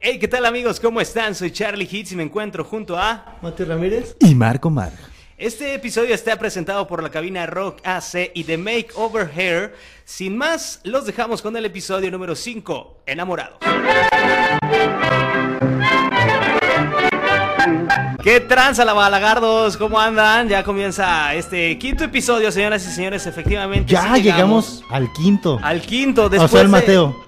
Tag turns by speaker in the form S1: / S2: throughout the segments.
S1: Hey, ¿qué tal amigos? ¿Cómo están? Soy Charlie Hitz y me encuentro junto a...
S2: Mati Ramírez.
S3: Y Marco Mar.
S1: Este episodio está presentado por la cabina Rock AC y The Makeover Hair. Sin más, los dejamos con el episodio número 5, Enamorado. ¿Qué tranza la balagardos? ¿Cómo andan? Ya comienza este quinto episodio, señoras y señores. Efectivamente.
S3: Ya
S1: sí
S3: llegamos, al quinto.
S1: al quinto
S3: o
S1: después
S3: sea, al
S1: de-
S3: Mateo.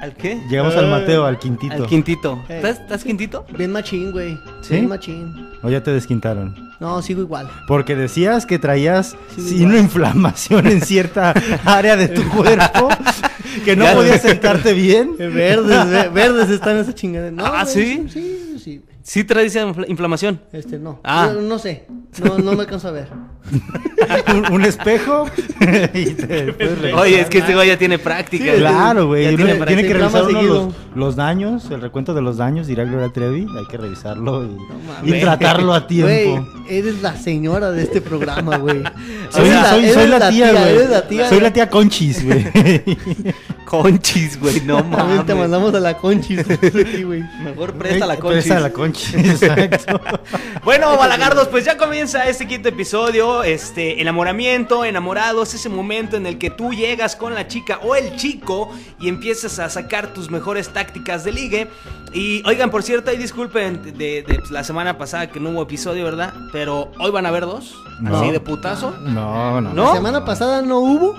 S1: ¿Al qué?
S3: Llegamos
S2: Eh,
S3: al Mateo, al quintito.
S1: Al quintito.
S2: Eh.
S1: ¿Estás, estás quintito?
S2: Bien machín, güey.
S3: ¿Sí?
S2: Bien machín.
S3: O ya te desquintaron.
S2: No, sigo igual.
S3: Porque decías que traías
S2: Sí,
S3: sí, una
S2: igual.
S3: inflamación en cierta área de tu cuerpo, que no
S1: Ya.
S3: podías sentarte bien.
S2: Eh, Verdes, ve- verdes están esas chingaderas. No,
S1: Ah,
S2: güey,
S1: ¿sí?
S2: Sí, sí.
S1: Sí, trae esa infl- inflamación.
S2: Este, no.
S1: Ah.
S2: No, no sé. No, no me alcanzo a ver.
S3: Un, un espejo y te puedes reír.
S1: Oye, es que este güey ya tiene práctica.
S3: Claro,
S1: Ya
S3: güey.
S1: tiene
S3: uno Tiene,
S1: práctica.
S3: que revisar
S2: Programa
S3: uno los,
S2: seguido.
S3: los daños, el recuento de los daños, dirá Gloria Trevi. Hay que revisarlo y,
S2: mames.
S3: y tratarlo a tiempo.
S2: Güey, eres la señora de este programa, güey.
S3: Soy,
S2: Eres
S3: la, soy,
S2: eres
S3: soy la tía,
S2: Eres la tía.
S3: güey. Soy la tía Conchis, güey.
S1: Conchis, güey, no
S2: A ver, te
S1: mames.
S2: mandamos a la conchis. Sí, güey.
S1: Mejor presta la conchis.
S3: Presta la Conchis, exacto.
S1: Bueno, balagardos, pues ya comienza este quinto episodio, este enamoramiento, enamorados, ese momento en el que tú llegas con la chica o el chico y empiezas a sacar tus mejores tácticas de ligue. Y oigan, por cierto, y disculpen de, de, pues, la semana pasada que no hubo episodio, ¿verdad? Pero hoy van a haber dos,
S3: No.
S1: así de putazo.
S3: No, no.
S1: ¿No?
S2: La semana pasada no hubo.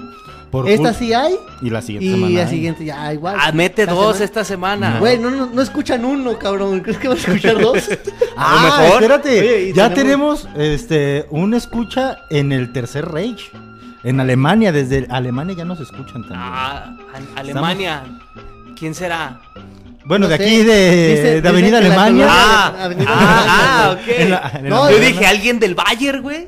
S3: Por
S2: Esta
S3: cul-
S2: sí hay.
S3: Y la siguiente
S2: Y
S3: semana.
S2: la
S3: ¿eh?
S2: siguiente ya igual.
S1: Ah, mete
S2: La
S1: dos
S2: semana-
S1: esta semana.
S2: Güey, no, no, no escuchan uno, cabrón. ¿Crees que van a escuchar dos?
S3: Ah,
S1: mejor.
S3: espérate.
S2: Oye, y
S3: ya tenemos... este un escucha en el tercer Reich. En Alemania, desde Alemania ya nos escuchan también.
S1: Ah, a- Alemania. ¿Quién será?
S3: bueno,
S2: no
S3: de
S2: sé.
S3: aquí de,
S2: Dice-
S3: de
S2: dicen
S3: Avenida
S2: que la
S3: Alemania.
S2: colonia-
S1: Ah,
S2: la Avenida
S1: ah, ah, ok.
S3: En la- en la-
S2: No,
S1: Yo
S2: no,
S1: dije,
S2: no.
S1: ¿alguien del Bayern, güey?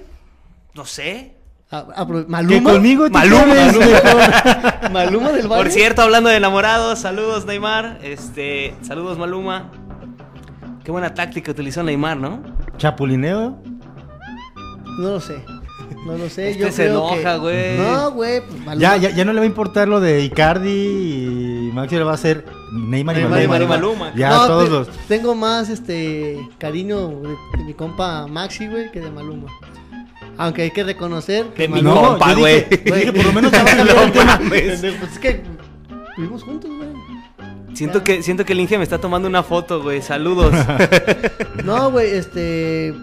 S1: No sé.
S2: A- apro-
S3: Que
S2: Ah, Maluma.
S3: conmigo te
S1: Maluma,
S3: quedes, mejor.
S2: Maluma del barrio.
S1: Por cierto, hablando de enamorados, saludos Neymar, este, saludos Maluma. Qué buena táctica utilizó Neymar, ¿no?
S3: Chapulineo.
S2: No lo sé. No lo sé.
S1: Este
S2: yo
S1: se
S2: creo
S1: enoja,
S2: que-
S1: güey.
S2: No, güey. Pues Maluma.
S3: Ya, ya, ya no le va a importar lo de Icardi y Maxi le va a hacer Neymar y
S1: Neymar
S3: Maluma.
S1: y Maluma.
S3: Ya
S2: No,
S3: todos
S2: te-
S3: los.
S2: Tengo más este cariño de, de mi compa Maxi, güey, que de Maluma. Aunque hay que reconocer que
S1: De mi
S2: Maluma-
S1: compa,
S3: yo dije-
S1: güey.
S3: yo dije, por lo menos ya va a cambiar
S1: No
S3: el tema.
S1: mames.
S2: Pues es que vivimos juntos, güey.
S1: Siento que, siento que el Inge me está tomando una foto, güey. Saludos.
S2: No, güey, este.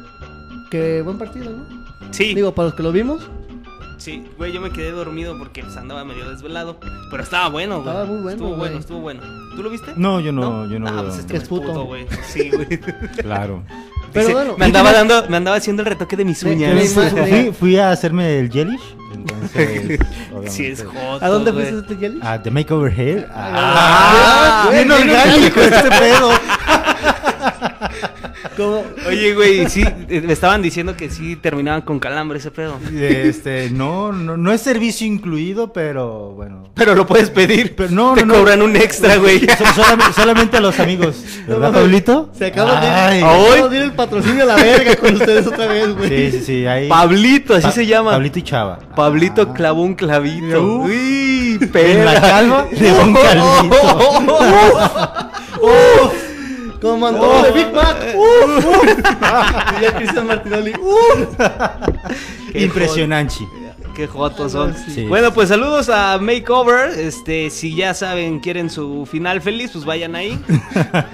S2: Que buen partido, ¿no?
S1: Sí,
S2: Digo, para los que lo vimos,
S1: sí, güey, yo me quedé dormido porque pues, andaba medio desvelado. Pero estaba bueno, güey.
S2: Estaba muy bueno,
S1: Estuvo bueno,
S2: güey.
S1: estuvo bueno. ¿Tú lo viste?
S3: No, yo no, yo no
S1: Ah,
S3: veo.
S1: pues este
S2: Que es
S1: güey es puto,
S2: puto.
S1: güey. Sí, güey.
S3: Claro.
S2: Pero
S1: Dice,
S2: bueno,
S1: me andaba dando, me andaba haciendo el retoque de mis
S2: De-
S1: uñas.
S2: de-
S3: Fui, fui a hacerme el Jellish. Entonces.
S1: Sí, es
S3: obviamente.
S1: joto,
S2: ¿a dónde
S1: güey.
S2: fuiste este Jelly?
S3: Ah, The Makeover Hair.
S1: Ah,
S3: Ah, bien
S2: güey, bien
S3: orgánico este pedo.
S2: ¿Cómo?
S1: Oye, güey, sí, eh, me estaban diciendo que sí terminaban con calambre ese pedo.
S3: Este, no, no, no es servicio incluido, pero bueno.
S1: Pero lo puedes pedir.
S3: Pero no,
S1: Te
S3: no, no.
S1: cobran un extra, güey.
S3: So- solamente, solamente a los amigos. ¿Verdad, Pablito?
S2: Se acaba de
S3: Ay.
S2: ir,
S1: Ay.
S2: el patrocinio a la verga con ustedes otra vez,
S3: Sí,
S2: güey.
S3: sí, sí. Ahí.
S1: Pablito, así se llama. Pablito,
S3: Pablito y Chava. Ah.
S1: clavó un clavito.
S3: Uh.
S1: Uy,
S3: En la
S1: pera.
S3: calva de un calvito.
S2: Como
S3: Oh.
S2: mandó de Big Mac. ¡Uf!
S3: Uh.
S2: ¡Uf! y ya Cristian Martinoli. uh. ¡Uf!
S1: Qué
S3: Impresionante.
S1: Qué jotos son.
S3: Sí.
S1: Bueno, pues saludos a Makeover. Este, si ya saben, quieren su final feliz, pues vayan ahí.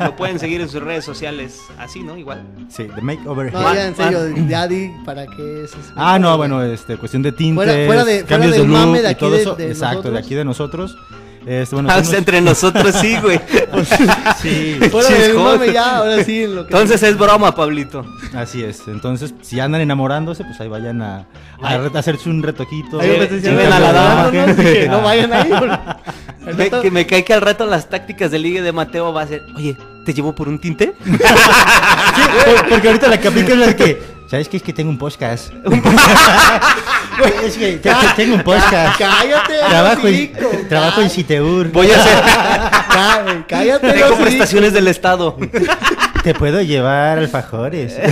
S1: Lo pueden seguir en sus redes sociales. Así, ¿no? Igual.
S3: Sí, The Makeover
S2: No,
S3: Hair.
S2: ya en serio, ya di para qué es eso.
S3: Ah, no, bueno, este, cuestión de tintes,
S2: Fuera- fuera de- fuera
S3: cambios de
S2: del
S3: look
S2: mame de
S3: y
S2: aquí
S3: todo
S2: de-
S3: eso.
S2: de
S3: Exacto, de
S2: nosotros.
S3: aquí de nosotros. Este, bueno,
S1: Ah, o
S3: son
S1: sea,
S3: unos-
S1: entre nosotros sí, güey.
S3: Sí,
S2: Fuera
S1: Sí, es
S2: del
S1: joven.
S2: mame ya, ahora sí en lo que.
S1: Entonces es broma, Pablito.
S3: así es. Entonces, si andan enamorándose, pues ahí vayan a, a
S1: Ay.
S3: re- hacerse un retoquito.
S2: Ahí me estás diciendo
S1: Lleven a la
S2: no,
S1: dama,
S2: no, no, que no
S3: Ah.
S2: vayan ahí. porque- El
S1: Me,
S2: rato-
S1: que me cae que al rato las tácticas de ligue de Mateo va a ser, oye, ¿te llevo por un tinte?
S3: Sí, por- porque ahorita la que aplica es la de que, ¿sabes qué? Es que tengo un podcast. es que te- te- tengo un podcast.
S2: Cállate,
S3: Trabajo en,
S2: hocico,
S3: trabajo en
S2: cállate.
S3: Citeur.
S1: Voy a hacer,
S2: Cá- güey, Cállate,
S1: tengo
S2: hocico.
S1: prestaciones del Estado.
S3: Te puedo llevar alfajores.
S2: Eh,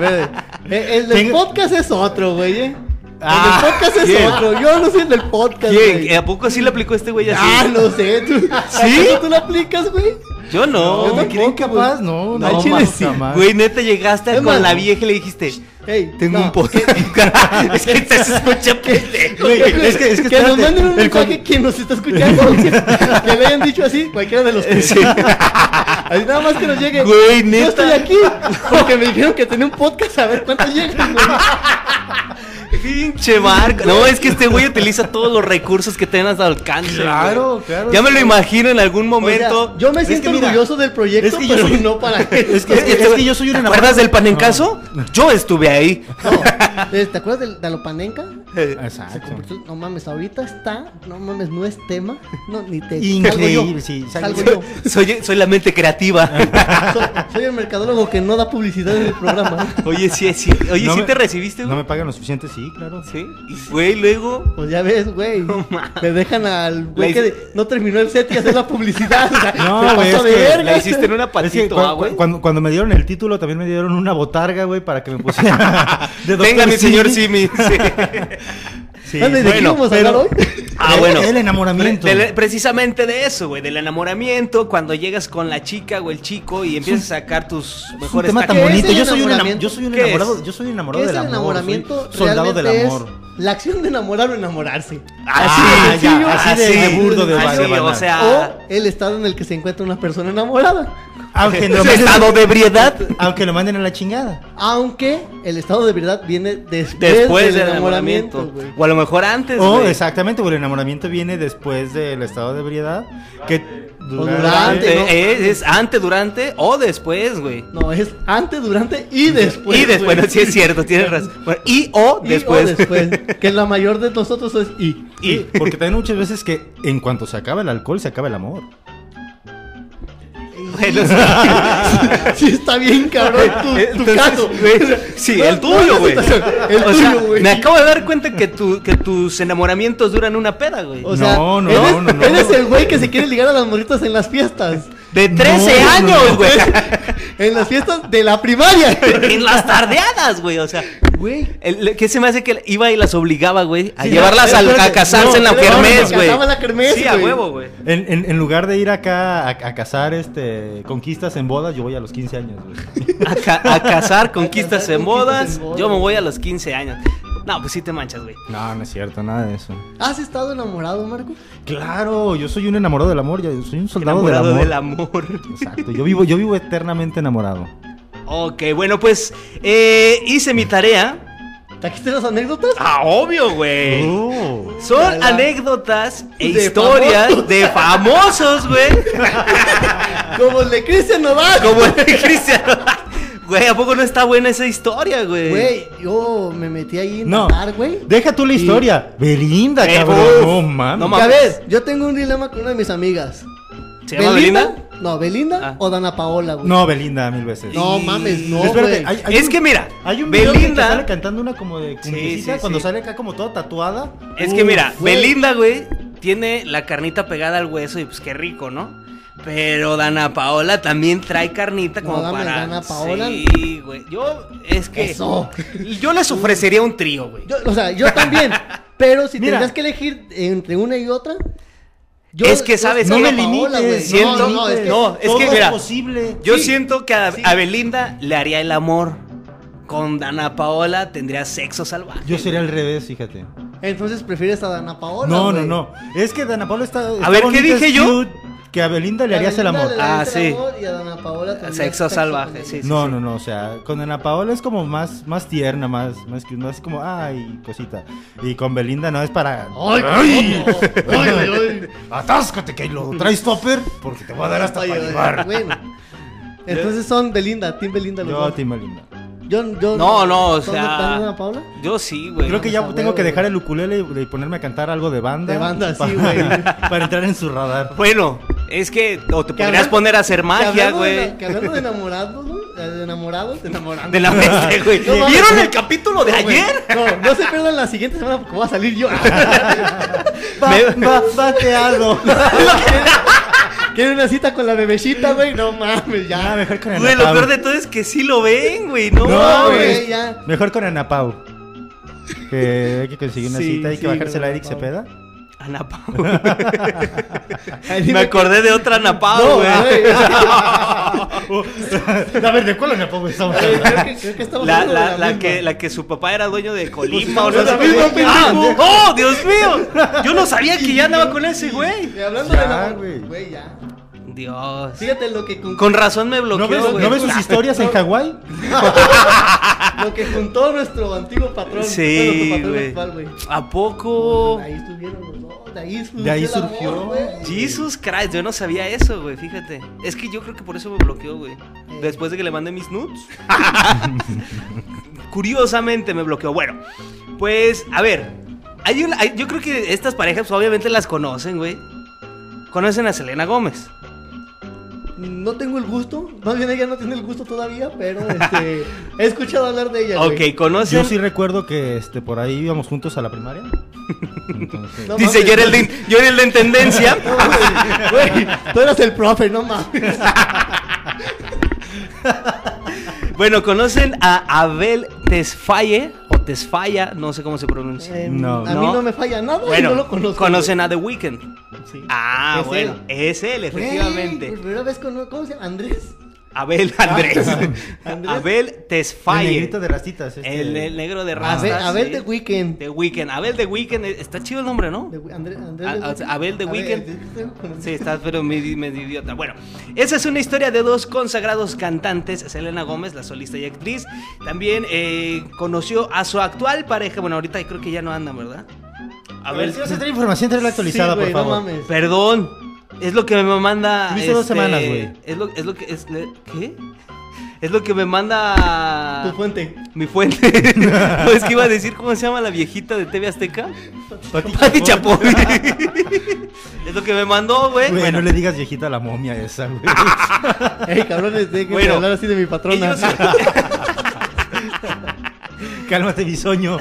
S2: ve, eh, El del
S3: Tengo-
S2: podcast es otro, güey. eh.
S3: Ah, Eh,
S2: el podcast es
S1: ¿quién?
S2: otro. Yo no soy el del podcast.
S1: ¿Quién?
S2: güey.
S1: ¿A poco sí le aplicó este güey así?
S2: Ah, no sé. ¿Tú,
S1: ¿Sí?
S2: ¿Tú lo aplicas, güey?
S1: Yo
S3: No,
S1: no.
S2: Yo
S3: me creen
S2: tampoco,
S3: capaz,
S2: güey.
S3: no,
S2: No, al
S3: no,
S2: chile
S3: más
S2: sí.
S3: jamás.
S1: Güey, neta, llegaste
S2: Es
S1: con
S2: más-
S1: la vieja y le dijiste,
S2: Ey,
S1: tengo
S2: no,
S1: un podcast. es que te se escucha pendejo.
S3: Güey, es que, es que,
S2: que nos
S3: espérate,
S2: manden un
S3: el con-
S2: mensaje quien nos está escuchando. que le hayan dicho así, cualquiera de los tres.
S1: Sí.
S2: Así nada más que nos llegue.
S1: Güey, neta.
S2: Yo estoy aquí porque me dijeron que tenía un podcast. A ver cuántos llegan, güey.
S1: Pinche barco. No, es que este güey utiliza todos los recursos que tengas al alcance.
S3: Claro,
S1: güey.
S3: claro.
S1: Ya me lo imagino en algún
S2: O sea,
S1: momento.
S2: yo me
S3: Es
S2: siento
S3: que mira,
S2: orgulloso del proyecto,
S3: es que yo
S2: pero
S3: soy-
S2: no para
S3: es que-
S1: Es que, es que yo soy un ¿Te acuerdas del pan en
S3: No.
S1: caso? Yo estuve ahí.
S2: Eh, ¿Te acuerdas del Dalopanenca? Se
S3: Exacto.
S2: convirtió- No mames, ahorita está, no mames, no es tema, no, ni te salgo yo,
S3: Increíble, sí,
S2: salgo
S3: salgo
S2: yo.
S1: Soy, soy la mente creativa.
S2: Soy, soy el mercadólogo que no da publicidad en el programa.
S1: Oye, sí, sí. Oye,
S3: No
S1: ¿sí
S3: me-
S1: te recibiste,
S3: No
S1: güey?
S3: me pagan lo suficiente, sí, claro.
S1: Sí. Y, Güey, luego.
S2: Pues ya ves, güey.
S1: No mames.
S2: Te dejan al güey
S1: La
S2: que
S1: hice-
S2: de- no terminó el set y hacer la publicidad. O sea,
S3: No,
S2: se
S3: güey,
S2: pasó
S3: es
S2: de
S3: que
S2: verga.
S1: La hiciste en una
S3: Es que
S1: patito,
S3: cu-
S1: ah,
S3: cu-
S1: güey.
S3: cuando, cuando me dieron el título también me dieron una botarga, güey, para que me pusiera de
S1: Venga,
S3: Dr.
S1: mi señor
S3: Simi.
S1: Simi. sí.
S3: Sí.
S2: Ándale, ¿De qué
S1: bueno,
S2: íbamos a
S3: pero-
S2: hablar hoy?
S1: Ah,
S3: El-
S1: bueno.
S3: el enamoramiento.
S1: Pre- del- precisamente de eso, güey. Del enamoramiento, cuando llegas con la chica o el chico y empiezas a sacar tus
S3: Es un
S1: mejores
S3: tema tan
S2: ¿Qué es
S3: bonito.
S2: el
S3: Yo soy, un enam-
S2: enamoramiento?
S3: yo soy un
S1: ¿Qué es?
S3: enamorado, yo soy un
S2: ¿Qué
S3: enamorado
S2: es
S3: del
S2: el
S3: amor.
S2: enamoramiento?
S3: soy soldado del
S2: Realmente
S3: amor.
S2: es la acción de enamorar o enamorarse.
S1: Así,
S3: Ah,
S1: así,
S3: ya, así de-
S1: así,
S3: de burdo, de
S1: así,
S3: banal.
S1: O sea,
S3: Ah.
S2: O el estado en el que se encuentra una persona enamorada.
S3: Aunque
S1: ¿Es
S3: lo, manden,
S1: estado de ebriedad.
S3: aunque lo manden a la chingada.
S2: Aunque el estado de verdad viene después,
S1: Después
S2: del,
S1: del
S2: enamoramiento,
S1: enamoramiento.
S2: güey.
S1: O a lo mejor antes.
S3: Oh,
S1: güey.
S3: exactamente, güey. El enamoramiento viene después del estado de ebriedad. Que
S2: durante,
S1: Eh,
S2: ¿no?
S1: es, es antes, durante o después, güey.
S2: No, es antes, durante y después.
S1: y después,
S2: güey.
S1: sí es cierto, tienes razón. Bueno, y o
S2: Pues, Y
S1: después.
S2: o después. Que la mayor de nosotros es y.
S1: y.
S3: Porque también muchas veces que en cuanto se acaba el alcohol, se acaba el amor.
S1: Bueno,
S2: Sí, está bien, cabrón. Tu, tu
S1: Entonces,
S2: caso.
S1: güey, sí,
S2: No,
S1: el
S2: no, no,
S1: tuyo, güey.
S2: no, no, El
S1: O sea,
S2: tuyo, güey.
S1: me acabo de dar cuenta que, tu, que tus enamoramientos duran una peda, güey.
S2: O sea,
S3: No, no,
S2: eres,
S3: no, no, no.
S2: eres el güey que se quiere ligar a las morritas en las fiestas.
S1: De
S3: no,
S1: 13
S3: no,
S1: años, güey.
S2: En las fiestas de la primaria.
S1: en las tardeadas, güey. O sea,
S2: Güey.
S1: el- ¿qué se me hace que iba y las obligaba, güey? A
S2: Sí,
S1: llevarlas
S2: no,
S1: al- a
S2: espérate,
S1: casarse
S2: no,
S1: en la
S2: espérate,
S1: kermés,
S2: se
S1: güey.
S2: casaba en la kermés,
S1: Sí, a
S2: güey.
S1: huevo, güey.
S3: En, en- en lugar de ir acá a, a cazar este, conquistas en bodas, yo voy a los 15 años, güey.
S1: A, ca- a cazar conquistas
S2: cazar
S1: en
S2: conquistas
S1: bodas.
S2: en bodas.
S1: Yo me voy a los 15 años. No, pues sí te manchas, güey.
S3: No, no es cierto, nada de eso.
S2: ¿Has estado enamorado, Marco?
S3: Claro, yo soy un enamorado del amor, ya- soy un soldado del
S1: Enamorado
S3: amor.
S1: del amor.
S3: Exacto, yo vivo, yo vivo eternamente enamorado.
S1: ok, bueno, pues eh, hice mi tarea.
S2: ¿Trajiste las anécdotas?
S1: Ah, obvio, güey.
S3: Oh.
S1: Son
S2: Ala.
S1: anécdotas e
S2: Uh, De
S1: historias
S2: famosos.
S1: de famosos, güey.
S2: Como el de Cristian Nodal.
S1: Como el de Cristiano. Güey, ¿a poco no está buena esa historia, güey?
S2: Güey, yo me metí ahí en
S3: No,
S2: nadar, güey.
S3: deja tú la
S2: Y-
S3: historia. Belinda,
S1: Eh,
S3: cabrón.
S1: uf.
S3: no mames.
S1: No mames.
S2: Ya ves, yo tengo un dilema con una de mis amigas.
S1: ¿Se llama Belinda?
S2: No, Belinda
S1: Ah.
S2: o Dana Paola, güey.
S3: No, Belinda, mil veces.
S2: No
S1: Y-
S2: mames, no,
S3: Espérate,
S2: güey.
S3: hay- hay
S1: Es
S3: un-
S1: que mira,
S3: Hay un video que
S1: Belinda.
S3: sale cantando una como de cumbiecita
S1: sí,
S3: cuando
S1: sí.
S3: sale acá como toda tatuada.
S1: Es que
S2: Uf,
S1: mira,
S2: güey.
S1: Belinda, güey, tiene la carnita pegada al hueso y pues qué rico, ¿no? Pero Dana Paola también trae carnita
S2: No
S1: como
S2: mames,
S1: para.
S2: Dana Paola.
S1: Sí, güey. Yo, es que.
S2: Eso.
S1: Yo les ofrecería un trío, güey.
S2: Yo- o sea, yo también. pero si
S3: Mira.
S2: tendrías que elegir entre una y otra.
S1: Es que, ¿sabes
S2: no
S1: qué?
S2: me
S1: No me
S2: Paola, güey.
S1: limites, siento-
S2: No, no, es que-
S1: no, es
S3: todo
S1: que mira,
S3: posible.
S1: Yo
S2: Sí,
S1: siento que a, a Belinda le haría el amor. Con Dana Paola tendría sexo salvaje.
S3: Yo sería al revés, fíjate.
S2: Entonces prefieres a Dana Paola.
S3: no, no,
S2: güey.
S3: no. Es que Dana Paula está. está
S1: ver, ¿qué
S3: bonita,
S1: dije
S3: es
S1: yo?
S3: cute, Que a Belinda le
S2: A
S3: harías el
S2: Belinda
S3: amor.
S2: le harías
S1: Ah,
S2: el
S1: sí.
S2: amor y a Dana Paola tendrías
S1: Sexo salvaje,
S2: con ella.
S1: sí, sí.
S3: No, no, no, o sea, con Ana Paola es como más, más tierna, más, más que más como, ay, cosita. Y con Belinda no es para.
S2: Ay, no, ay, ay, ay.
S3: Atáscate que lo traes topper porque te voy a dar hasta
S2: Ay,
S3: para
S2: ay,
S3: llevar.
S2: Bueno. Entonces son Belinda, Team Belinda los
S3: Yo,
S2: dos.
S3: Tim Belinda.
S2: Yo, yo,
S1: No, no, o
S2: ¿Son
S1: sea-
S2: de Dana Paola?
S1: Yo sí, güey.
S3: Creo que
S2: a
S3: ya tengo
S2: huevo,
S3: que dejar
S2: güey.
S3: el ukulele y, y ponerme a cantar algo de banda.
S2: De banda, sí,
S3: para,
S2: güey.
S3: Para entrar en su radar.
S1: Bueno, es que o te
S2: Que
S1: podrías
S2: hablan-
S1: poner a hacer
S2: Que
S1: magia,
S2: hablando de
S1: güey.
S2: la- Que hablando de enamorados, ¿no? Eh, De enamorados, de enamorados.
S1: De la mente, güey.
S2: No mames.
S1: ¿Vieron el capítulo de
S2: No, güey.
S1: ayer?
S2: No, no se pierdan la siguiente semana porque voy a salir yo.
S3: Va,
S1: Me-
S3: va, bateado.
S2: Quiero una cita con la bebecita, güey. No mames,
S3: Ah,
S2: ya.
S3: mejor con Ana
S1: Güey, lo
S3: Pau.
S1: peor de todo es que sí lo ven, güey. No,
S3: No,
S1: güey.
S3: güey.
S2: ya.
S3: Mejor con Ana Pau. Que hay que conseguir una
S1: Sí,
S3: cita, hay
S1: sí,
S3: que bajársela a
S2: güey,
S3: Eric
S2: Pau.
S3: Cepeda.
S1: Ana Pau. Me acordé de otra Ana
S2: No,
S1: Pau, güey.
S3: A ver, ¿de cuál Ana Pau estamos
S2: güey,
S3: hablando?
S2: creo que, creo que estamos
S1: La,
S2: hablando de
S1: la, la
S2: misma.
S1: que, la que su papá era dueño de Colima o
S2: Pues,
S1: no sé
S2: la
S1: qué.
S2: misma,
S1: Ah,
S2: pendejo.
S1: ¡Oh, Dios mío! Yo no sabía que ya andaba con ese güey.
S2: Y hablando
S3: Ya,
S2: de la
S3: güey.
S2: güey. ya.
S1: Dios.
S2: Fíjate lo que con-
S1: Con razón me bloqueó,
S3: ¿No ves,
S1: güey. Ah,
S3: ¿no ves sus historias en Hawái?
S2: lo que juntó nuestro antiguo patrón. bueno, tu
S1: Sí,
S2: patrón
S1: güey.
S2: actual, güey.
S1: ¿A poco?
S2: Ahí estuvieron los dos, de ahí surgió.
S3: De ahí
S2: el amor,
S3: surgió.
S2: güey.
S1: Jesus Christ, yo no sabía eso, güey, fíjate. Es que yo creo que por eso me bloqueó, güey. Después de que le mandé mis nudes. Curiosamente me bloqueó. Bueno, pues, a ver. hay una- hay- yo creo que estas parejas pues, obviamente las conocen, güey. Conocen a Selena Gómez.
S2: No tengo el gusto, más bien ella no tiene el gusto todavía, pero este, he escuchado hablar de ella. güey.
S1: Ok, conocen.
S3: Yo sí recuerdo que este por ahí íbamos juntos a la primaria. Entonces,
S2: No
S1: Dice
S2: mames.
S1: Geraldine, Geraldine Tendencia.
S2: No, güey, güey, tú eras el profe, no mames.
S1: Bueno, conocen a Abel Tesfaye o Tesfaya, no sé cómo se pronuncia.
S2: Eh,
S3: No.
S2: a mí
S1: No.
S2: no me falla nada, y
S1: Bueno,
S2: no lo conozco.
S1: conocen a The Weeknd.
S2: güey. Sí.
S1: Ah,
S2: Es
S1: bueno,
S2: él.
S1: es él,
S2: Güey,
S1: efectivamente.
S2: por primera vez con, ¿cómo se llama? Andrés.
S1: Abel Andrés.
S2: pues, Andrés.
S1: Abel
S3: el
S1: Tesfaye.
S3: negrito de rastitas. este.
S1: El, el negro de
S2: A ver,
S1: rastas.
S2: a ver
S1: Ah, sí.
S2: de Weekend.
S1: The Weeknd. Abel The Weeknd. eh, Está chido el nombre, ¿no?
S2: De Wi- André- Andrés
S1: A- a-
S2: de Weekend.
S1: Ah, Abel de
S2: A ver,
S1: Weekend.
S2: ¿sí? Con-
S1: Sí, estás pero medio, medio idiota. Bueno, esa es una historia de dos consagrados cantantes, Selena Gómez, la solista y actriz. También eh, conoció a su actual pareja. Bueno, ahorita creo que ya no andan, ¿verdad?
S3: A ver, si vas a tener información, tráela actualizada,
S2: Sí, güey,
S3: por
S2: no
S3: favor.
S2: mames.
S1: Perdón. Es lo que me manda. este,
S3: Tuviste dos semanas, güey.
S1: Es lo, es lo que. Es, le- ¿Qué? Es lo que me manda.
S2: Tu fuente.
S1: Mi fuente. no, es que iba a decir cómo se llama la viejita de TV Azteca.
S3: Pati
S1: Pati
S3: Chapoy.
S1: Chapoy. es lo que me mandó, güey.
S3: Güey,
S1: Bueno,
S3: no le digas viejita a la momia esa, güey.
S2: Ey, cabrones, dejen
S1: Bueno,
S2: de hablar así de mi patrona.
S1: ellos-
S3: Cálmate, bisoño.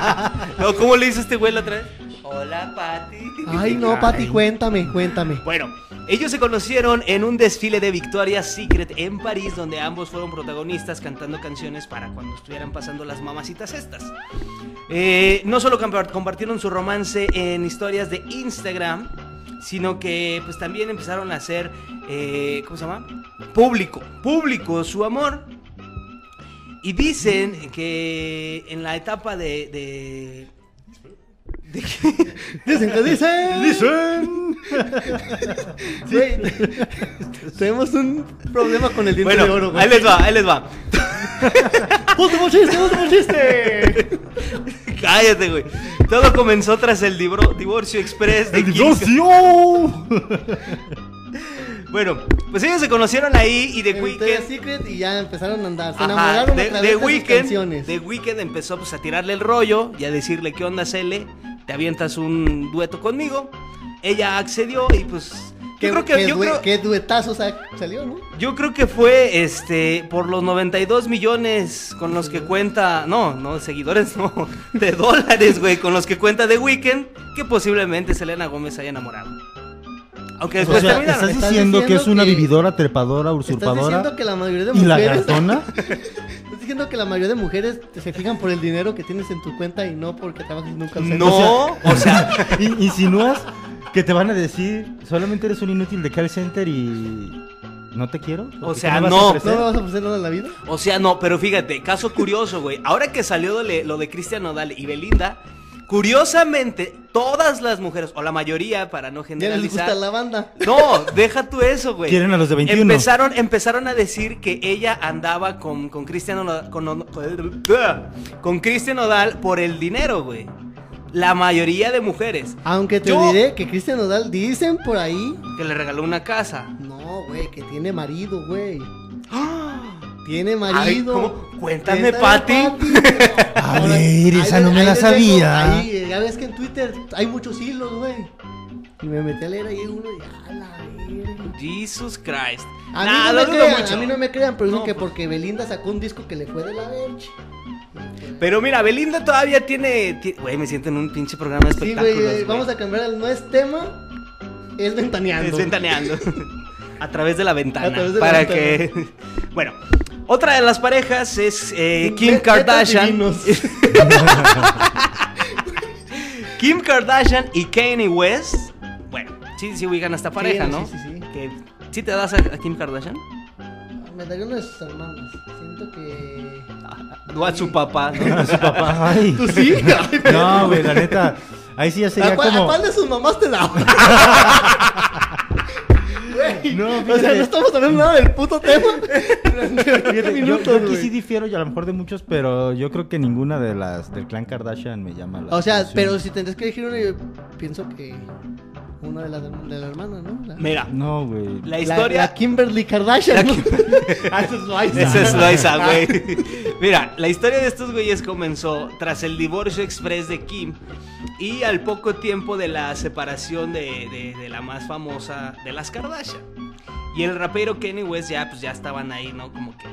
S1: no, ¿cómo le hizo este güey la otra vez? Hola, Pati.
S2: Ay, no, Pati, cuéntame, cuéntame.
S1: Bueno, ellos se conocieron en un desfile de Victoria's Secret en París, donde ambos fueron protagonistas cantando canciones para cuando estuvieran pasando las mamacitas estas. Eh, no solo compa- compartieron su romance en historias de Instagram, sino que pues también empezaron a hacer, eh, ¿cómo se llama? Público, público su amor. Y dicen que en la etapa de- de
S2: Dicen que dicen.
S3: Dicen.
S2: Güey, tenemos un problema con el diente de
S1: Bueno,
S2: oro, güey.
S1: ahí les va, ahí les va.
S2: ¡Último chiste, último chiste!
S1: Cállate, güey. Todo comenzó tras el libro- divorcio express de
S3: ¡El
S1: Kim-
S2: pues,
S3: divorcio!
S1: Bueno, pues ellos se conocieron ahí y The
S2: En Victoria's
S1: Weeknd.
S2: Secret y ya empezaron a andar. Se
S1: Ajá,
S2: enamoraron
S1: de-
S2: a través
S1: The
S2: de, sus
S1: Weeknd,
S2: canciones.
S1: The Weeknd empezó pues, a tirarle el rollo y a decirle, ¿qué onda, Cele? ¿Te avientas un dueto conmigo? Ella accedió y pues...
S2: Qué-
S1: Yo creo que...
S2: qué
S1: Yo
S2: due-
S1: creo,
S2: qué duetazo sa- salió, ¿no?
S1: yo creo que fue este por los 92 millones con los que cuenta, no, no seguidores, no, de dólares, güey, con los que cuenta The Weeknd, que posiblemente Selena Gómez haya enamorado. Aunque
S3: O
S1: después
S3: sea,
S1: terminaron.
S3: ¿estás
S2: Estás
S3: diciendo que es
S2: diciendo
S3: una
S2: que-
S3: vividora, trepadora,
S2: Estás
S3: usurpadora
S2: diciendo que la mayoría de
S3: y
S2: mujeres.
S3: lagartona?
S2: Estás diciendo que la mayoría de mujeres te- se fijan por el dinero que tienes en tu cuenta y no porque trabajes en un call center.
S1: No, o sea,
S3: In- ¿Insinúas que te van a decir solamente eres un inútil de call center y no te quiero?
S1: O
S3: ¿Qué
S1: sea,
S3: me vas a
S1: no.
S2: ¿No
S3: ofrecer?
S2: me vas a ofrecer nada en la vida?
S1: o sea, no, pero fíjate, caso curioso, güey. Ahora que salió lo de, lo de Cristian Nodal y Belinda, curiosamente, todas las mujeres, o la mayoría, para no
S2: Ya les
S1: generalizar.
S2: gusta la banda.
S1: No, deja tú eso, güey.
S3: Quieren a los de 21.
S1: Empezaron, empezaron a decir que ella andaba con, con Cristian Nodal, con, con Cristian Nodal por el dinero, güey. La mayoría de mujeres.
S2: Aunque te
S1: Yo-
S2: diré que Cristian Nodal dicen por ahí.
S1: Que le regaló una casa.
S2: No, güey, que tiene marido, güey.
S1: ¡Ah!
S2: Tiene
S1: Ay,
S2: marido.
S1: ¿cómo? Cuéntame, Pati.
S3: A
S2: Ahora,
S3: ver,
S2: ahí
S3: esa
S2: le-
S3: no me
S2: ahí
S3: la
S2: le
S3: sabía.
S2: tengo- ahí, eh, ya ves que en Twitter hay muchos hilos, güey. Y me metí a leer ahí uno y a la verga.
S1: Jesus Christ.
S2: A mí,
S1: Nah,
S2: no me
S1: lo dudo
S2: crean,
S1: mucho.
S2: a mí no me crean, pero dicen
S1: No,
S2: que
S1: pues.
S2: porque Belinda sacó un disco que le fue de la verge.
S1: Pero mira, Belinda todavía tiene. ti- Güey, me siento en un pinche programa de
S2: Sí,
S1: espectáculos.
S2: güey, eh, vamos a cambiar el no es tema, es ventaneando.
S1: Es ventaneando. a través de la ventana.
S2: A través de la
S1: para
S2: ventana.
S1: que. Bueno, Otra de las parejas es eh,
S2: Me-
S1: Kim
S2: metas
S1: Kardashian.
S2: divinos.
S1: Kim Kardashian y Kanye West. Bueno, sí, sí ubican a esta pareja,
S2: sí,
S1: ¿no?
S2: sí, sí.
S1: Que, ¿Sí te das a, a Kim Kardashian?
S2: Me daría una de sus hermanas. Siento que.
S1: O a su papá, ¿no?
S3: Su papá, ay.
S2: ¿Tú sí? Ay,
S3: No, güey, la neta. Ahí sí ya
S2: ¿A
S3: sería
S2: cuál, a
S3: como.
S2: cuál de sus mamás te da? Güey,
S3: No,
S2: o sea,
S3: fíjate.
S2: no estamos hablando nada del puto tema.
S3: Fíjate, yo-
S2: minutos,
S3: yo, aquí
S2: güey.
S3: sí difiero, y a lo mejor de muchos, pero yo creo que ninguna de las del clan Kardashian me llama la
S2: O sea,
S3: atención.
S2: pero si tendrías que elegir una, yo pienso que una de las de la hermana, ¿no? La,
S1: Mira,
S3: No, güey.
S1: la historia.
S2: La, Kimberly Kardashian.
S1: La
S2: ¿no?
S1: Kim-
S2: Ah, eso es Loaiza.
S1: Esa es Loisa, güey. Mira, la historia de estos güeyes comenzó tras el divorcio express de Kim y al poco tiempo de la separación de, de- de la más famosa de las Kardashian. Y el rapero Kenny West ya, pues, ya estaban ahí, ¿no? Como que,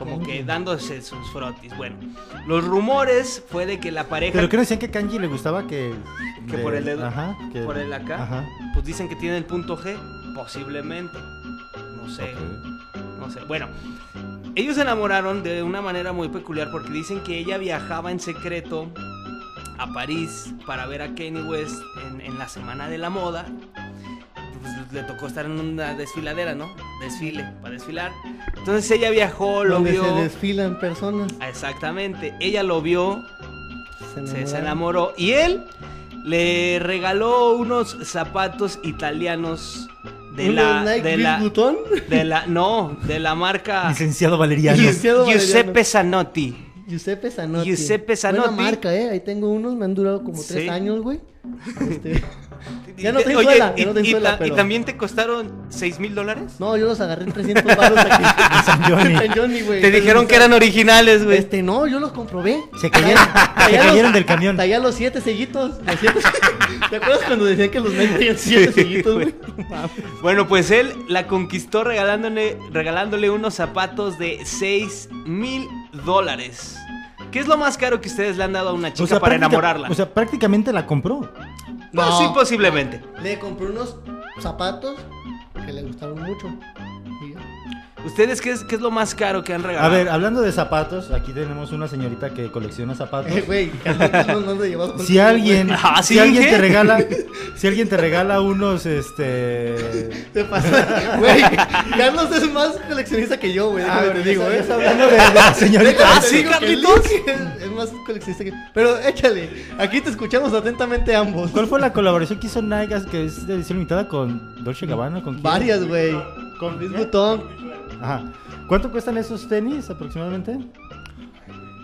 S1: como que dándose sus frotis. Bueno, los rumores fue de que la pareja...
S3: Pero que no decían que Kanji le gustaba que.
S1: Que
S3: de-
S1: por el dedo.
S3: Ajá. que-
S1: por el acá.
S3: Ajá.
S1: Pues dicen que tiene el punto G. Posiblemente. No sé.
S3: Ok.
S1: No sé. Bueno, ellos se enamoraron de una manera muy peculiar porque dicen que ella viajaba en secreto a París para ver a Kanye West en, en la semana de la moda. Pues, le tocó estar en una desfiladera, ¿no? Desfile, para desfilar. Entonces ella viajó, lo
S2: Donde
S1: vio.
S2: se desfilan personas.
S1: Ah, Exactamente, ella lo vio, se, se
S2: enamoran.
S1: enamoró. Y él le regaló unos zapatos italianos de
S2: ¿Uno
S1: la.
S2: Nike
S1: de
S2: Luis
S1: la.
S2: Butón?
S1: De la. No, de la
S2: Ah.
S1: marca.
S3: Licenciado Valeriano.
S2: Lic- Licenciado
S1: Giuseppe
S2: Valeriano.
S1: Zanotti.
S2: Giuseppe Zanotti.
S1: Giuseppe Zanotti.
S2: Buena marca, ¿eh? Ahí tengo unos, me han durado como tres
S1: Sí.
S2: años, güey. Este, Ya no
S1: Y-
S2: te
S1: oye,
S2: suela, ya
S1: y,
S2: no te
S1: y
S2: suela,
S1: ta-
S2: pero-
S1: y también te costaron 6 mil dólares.
S2: no, yo los agarré en 300 baros aquí. En
S3: San Johnny.
S2: Johnny, güey.
S1: Te dijeron que eran originales, güey.
S2: Este, no, yo los comprobé.
S3: Se cayeron, se
S2: Tallá
S3: cayeron
S2: los-
S3: del camión.
S2: tallá los siete sellitos. Los siete... ¿Te acuerdas cuando decían que los Nike tenían
S1: Sí,
S2: siete sellitos,
S1: güey.
S2: güey? Mames.
S1: Bueno, pues él la conquistó regalándole, regalándole unos zapatos de 6 mil dólares. ¿Qué es lo más caro que ustedes le han dado a una chica para
S3: práctica-
S1: enamorarla?
S3: O sea, prácticamente la compró.
S2: Ah.
S1: Pues
S2: No.
S1: sí, posiblemente.
S2: Le compré unos zapatos que le gustaron mucho. Y ya.
S1: ¿Ustedes qué es, qué es lo más caro que han regalado?
S3: A ver, hablando de zapatos, aquí tenemos una señorita que colecciona zapatos.
S2: Eh, güey, Carlitos, no, no te llevas contigo,
S3: Si
S2: güey.
S3: alguien,
S1: Ah, ¿sí,
S3: si alguien
S1: qué?
S3: te regala, si alguien te regala unos, este,
S2: Te pasa, güey. Carlos es más coleccionista que yo, güey.
S3: Ah,
S2: déjame
S3: bueno,
S2: te digo,
S3: ya
S2: eh.
S3: estás hablando de la señorita.
S1: Ah,
S2: Te
S1: ¿sí,
S2: digo que
S1: Carlitos?
S2: Link Es, es más coleccionista que. Pero échale. Aquí te escuchamos atentamente ambos.
S3: ¿Cuál fue la colaboración que hizo Nike que es de edición limitada con Dolce Gabbana? ¿Con quién?
S2: Mm, Varias, güey.
S3: ¿Con
S2: Luis
S3: Luis
S2: Butón.
S3: Ajá. ¿Cuánto cuestan esos tenis aproximadamente?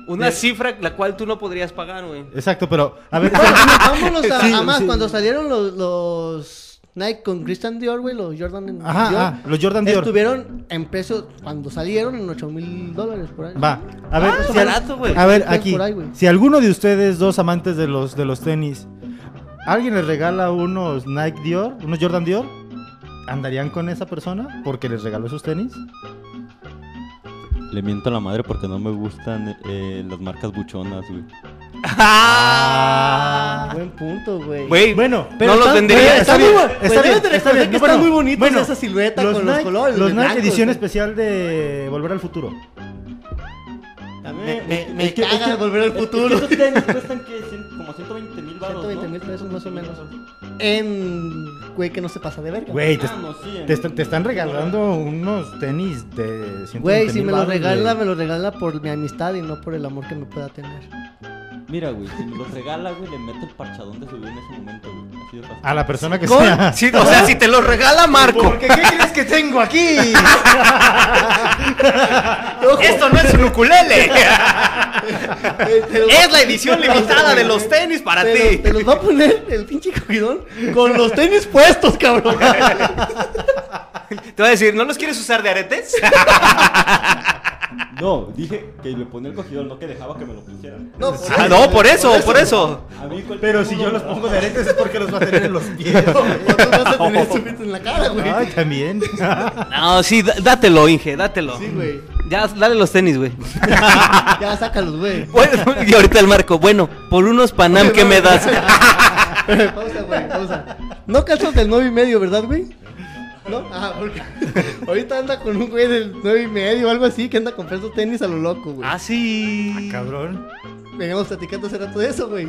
S1: Una cifra la cual tú no podrías pagar, güey.
S3: Exacto, pero a ver,
S2: Vámonos a,
S3: Sí,
S2: a más.
S3: sí.
S2: Cuando salieron los, los Nike con Christian Dior, güey, los Jordan en
S3: Ajá,
S2: Dior,
S3: ajá, los Jordan Dior.
S2: Estuvieron en pesos cuando salieron en 8 mil dólares por ahí.
S3: va. A ver,
S1: Ah,
S3: si
S1: barato, güey.
S3: a ver
S2: Están
S3: aquí.
S2: por ahí, güey.
S3: si alguno de ustedes dos amantes de los de los tenis, alguien les regala unos Nike Dior, unos Jordan Dior, ¿andarían con esa persona porque les regaló esos tenis?
S4: Le miento a la madre porque no me gustan eh, las marcas buchonas, güey.
S1: Ah.
S2: Buen punto, güey.
S1: Güey,
S3: Bueno,
S1: no lo
S3: está-
S1: tendría.
S3: güey,
S2: Eh, Está
S3: Está
S2: muy
S3: bien,
S2: bueno.
S3: está
S2: Pues debes
S3: bien,
S2: de
S3: está
S2: reconocer
S3: bien.
S2: que
S3: No,
S2: están
S3: bueno,
S2: muy bonitos
S3: bueno,
S2: esa silueta con los
S3: Nike-
S2: colores.
S3: Los
S2: de
S3: Nike
S2: blancos,
S3: edición
S2: güey.
S3: especial de Volver al Futuro.
S2: A mí Me, me,
S4: Es que- es
S2: caga
S4: que-
S2: volver al
S4: es que
S2: futuro.
S4: Esos tenis cuestan que cien- como 120 mil Ah, baros.
S2: 120 mil pesos más o menos. En. Güey, que no se pasa de verga.
S3: Güey, te,
S4: Ah, no, sí, en-
S3: te están- te están regalando unos tenis de 120
S2: Güey, si
S3: mil
S2: me lo
S3: baros,
S2: regala,
S3: güey.
S2: me lo regala por mi amistad y no por el amor que me pueda tener.
S4: Mira, güey, si me los regala, güey, le meto el parchadón de su vida en ese momento, güey. Así de fácil.
S3: A la persona que
S1: Con-
S3: sea.
S1: sí, o sea, si te lo regala Marco.
S3: Porque, ¿qué crees que tengo aquí?
S1: Esto no es un ukulele.
S2: es
S1: Es la edición limitada de los tenis para ti.
S2: Te los va a poner el pinche cogidón con los tenis puestos, cabrón.
S1: Te voy a decir, ¿no los quieres usar de aretes?
S4: No, dije que le ponía el cogidor, no que dejaba que me lo pusieran.
S2: No,
S1: Ah, no, por eso, por eso.
S4: A mí cualquier
S3: Pero si
S4: uno
S3: yo
S4: me
S3: los
S4: da-
S3: pongo de aretes es porque los va a tener en los pies.
S2: O tú vas a tener zupitos en la cara, güey.
S3: Ay, también.
S1: No, sí, dá- dátelo, Inge, dátelo.
S2: Sí, güey.
S1: Ya, dale los tenis, güey.
S2: Ya sácalos, güey.
S1: Bueno, y ahorita el Marco, bueno, por unos Panam que me das.
S2: pausa, güey, pausa. No calzas del 9 y medio, ¿verdad, güey? ¿No? Ah, porque ahorita anda con un güey del 9 y medio o algo así que anda comprando tenis a lo loco, güey.
S1: Ah, sí.
S3: Cabrón.
S2: Veníamos platicando hace rato de eso, güey.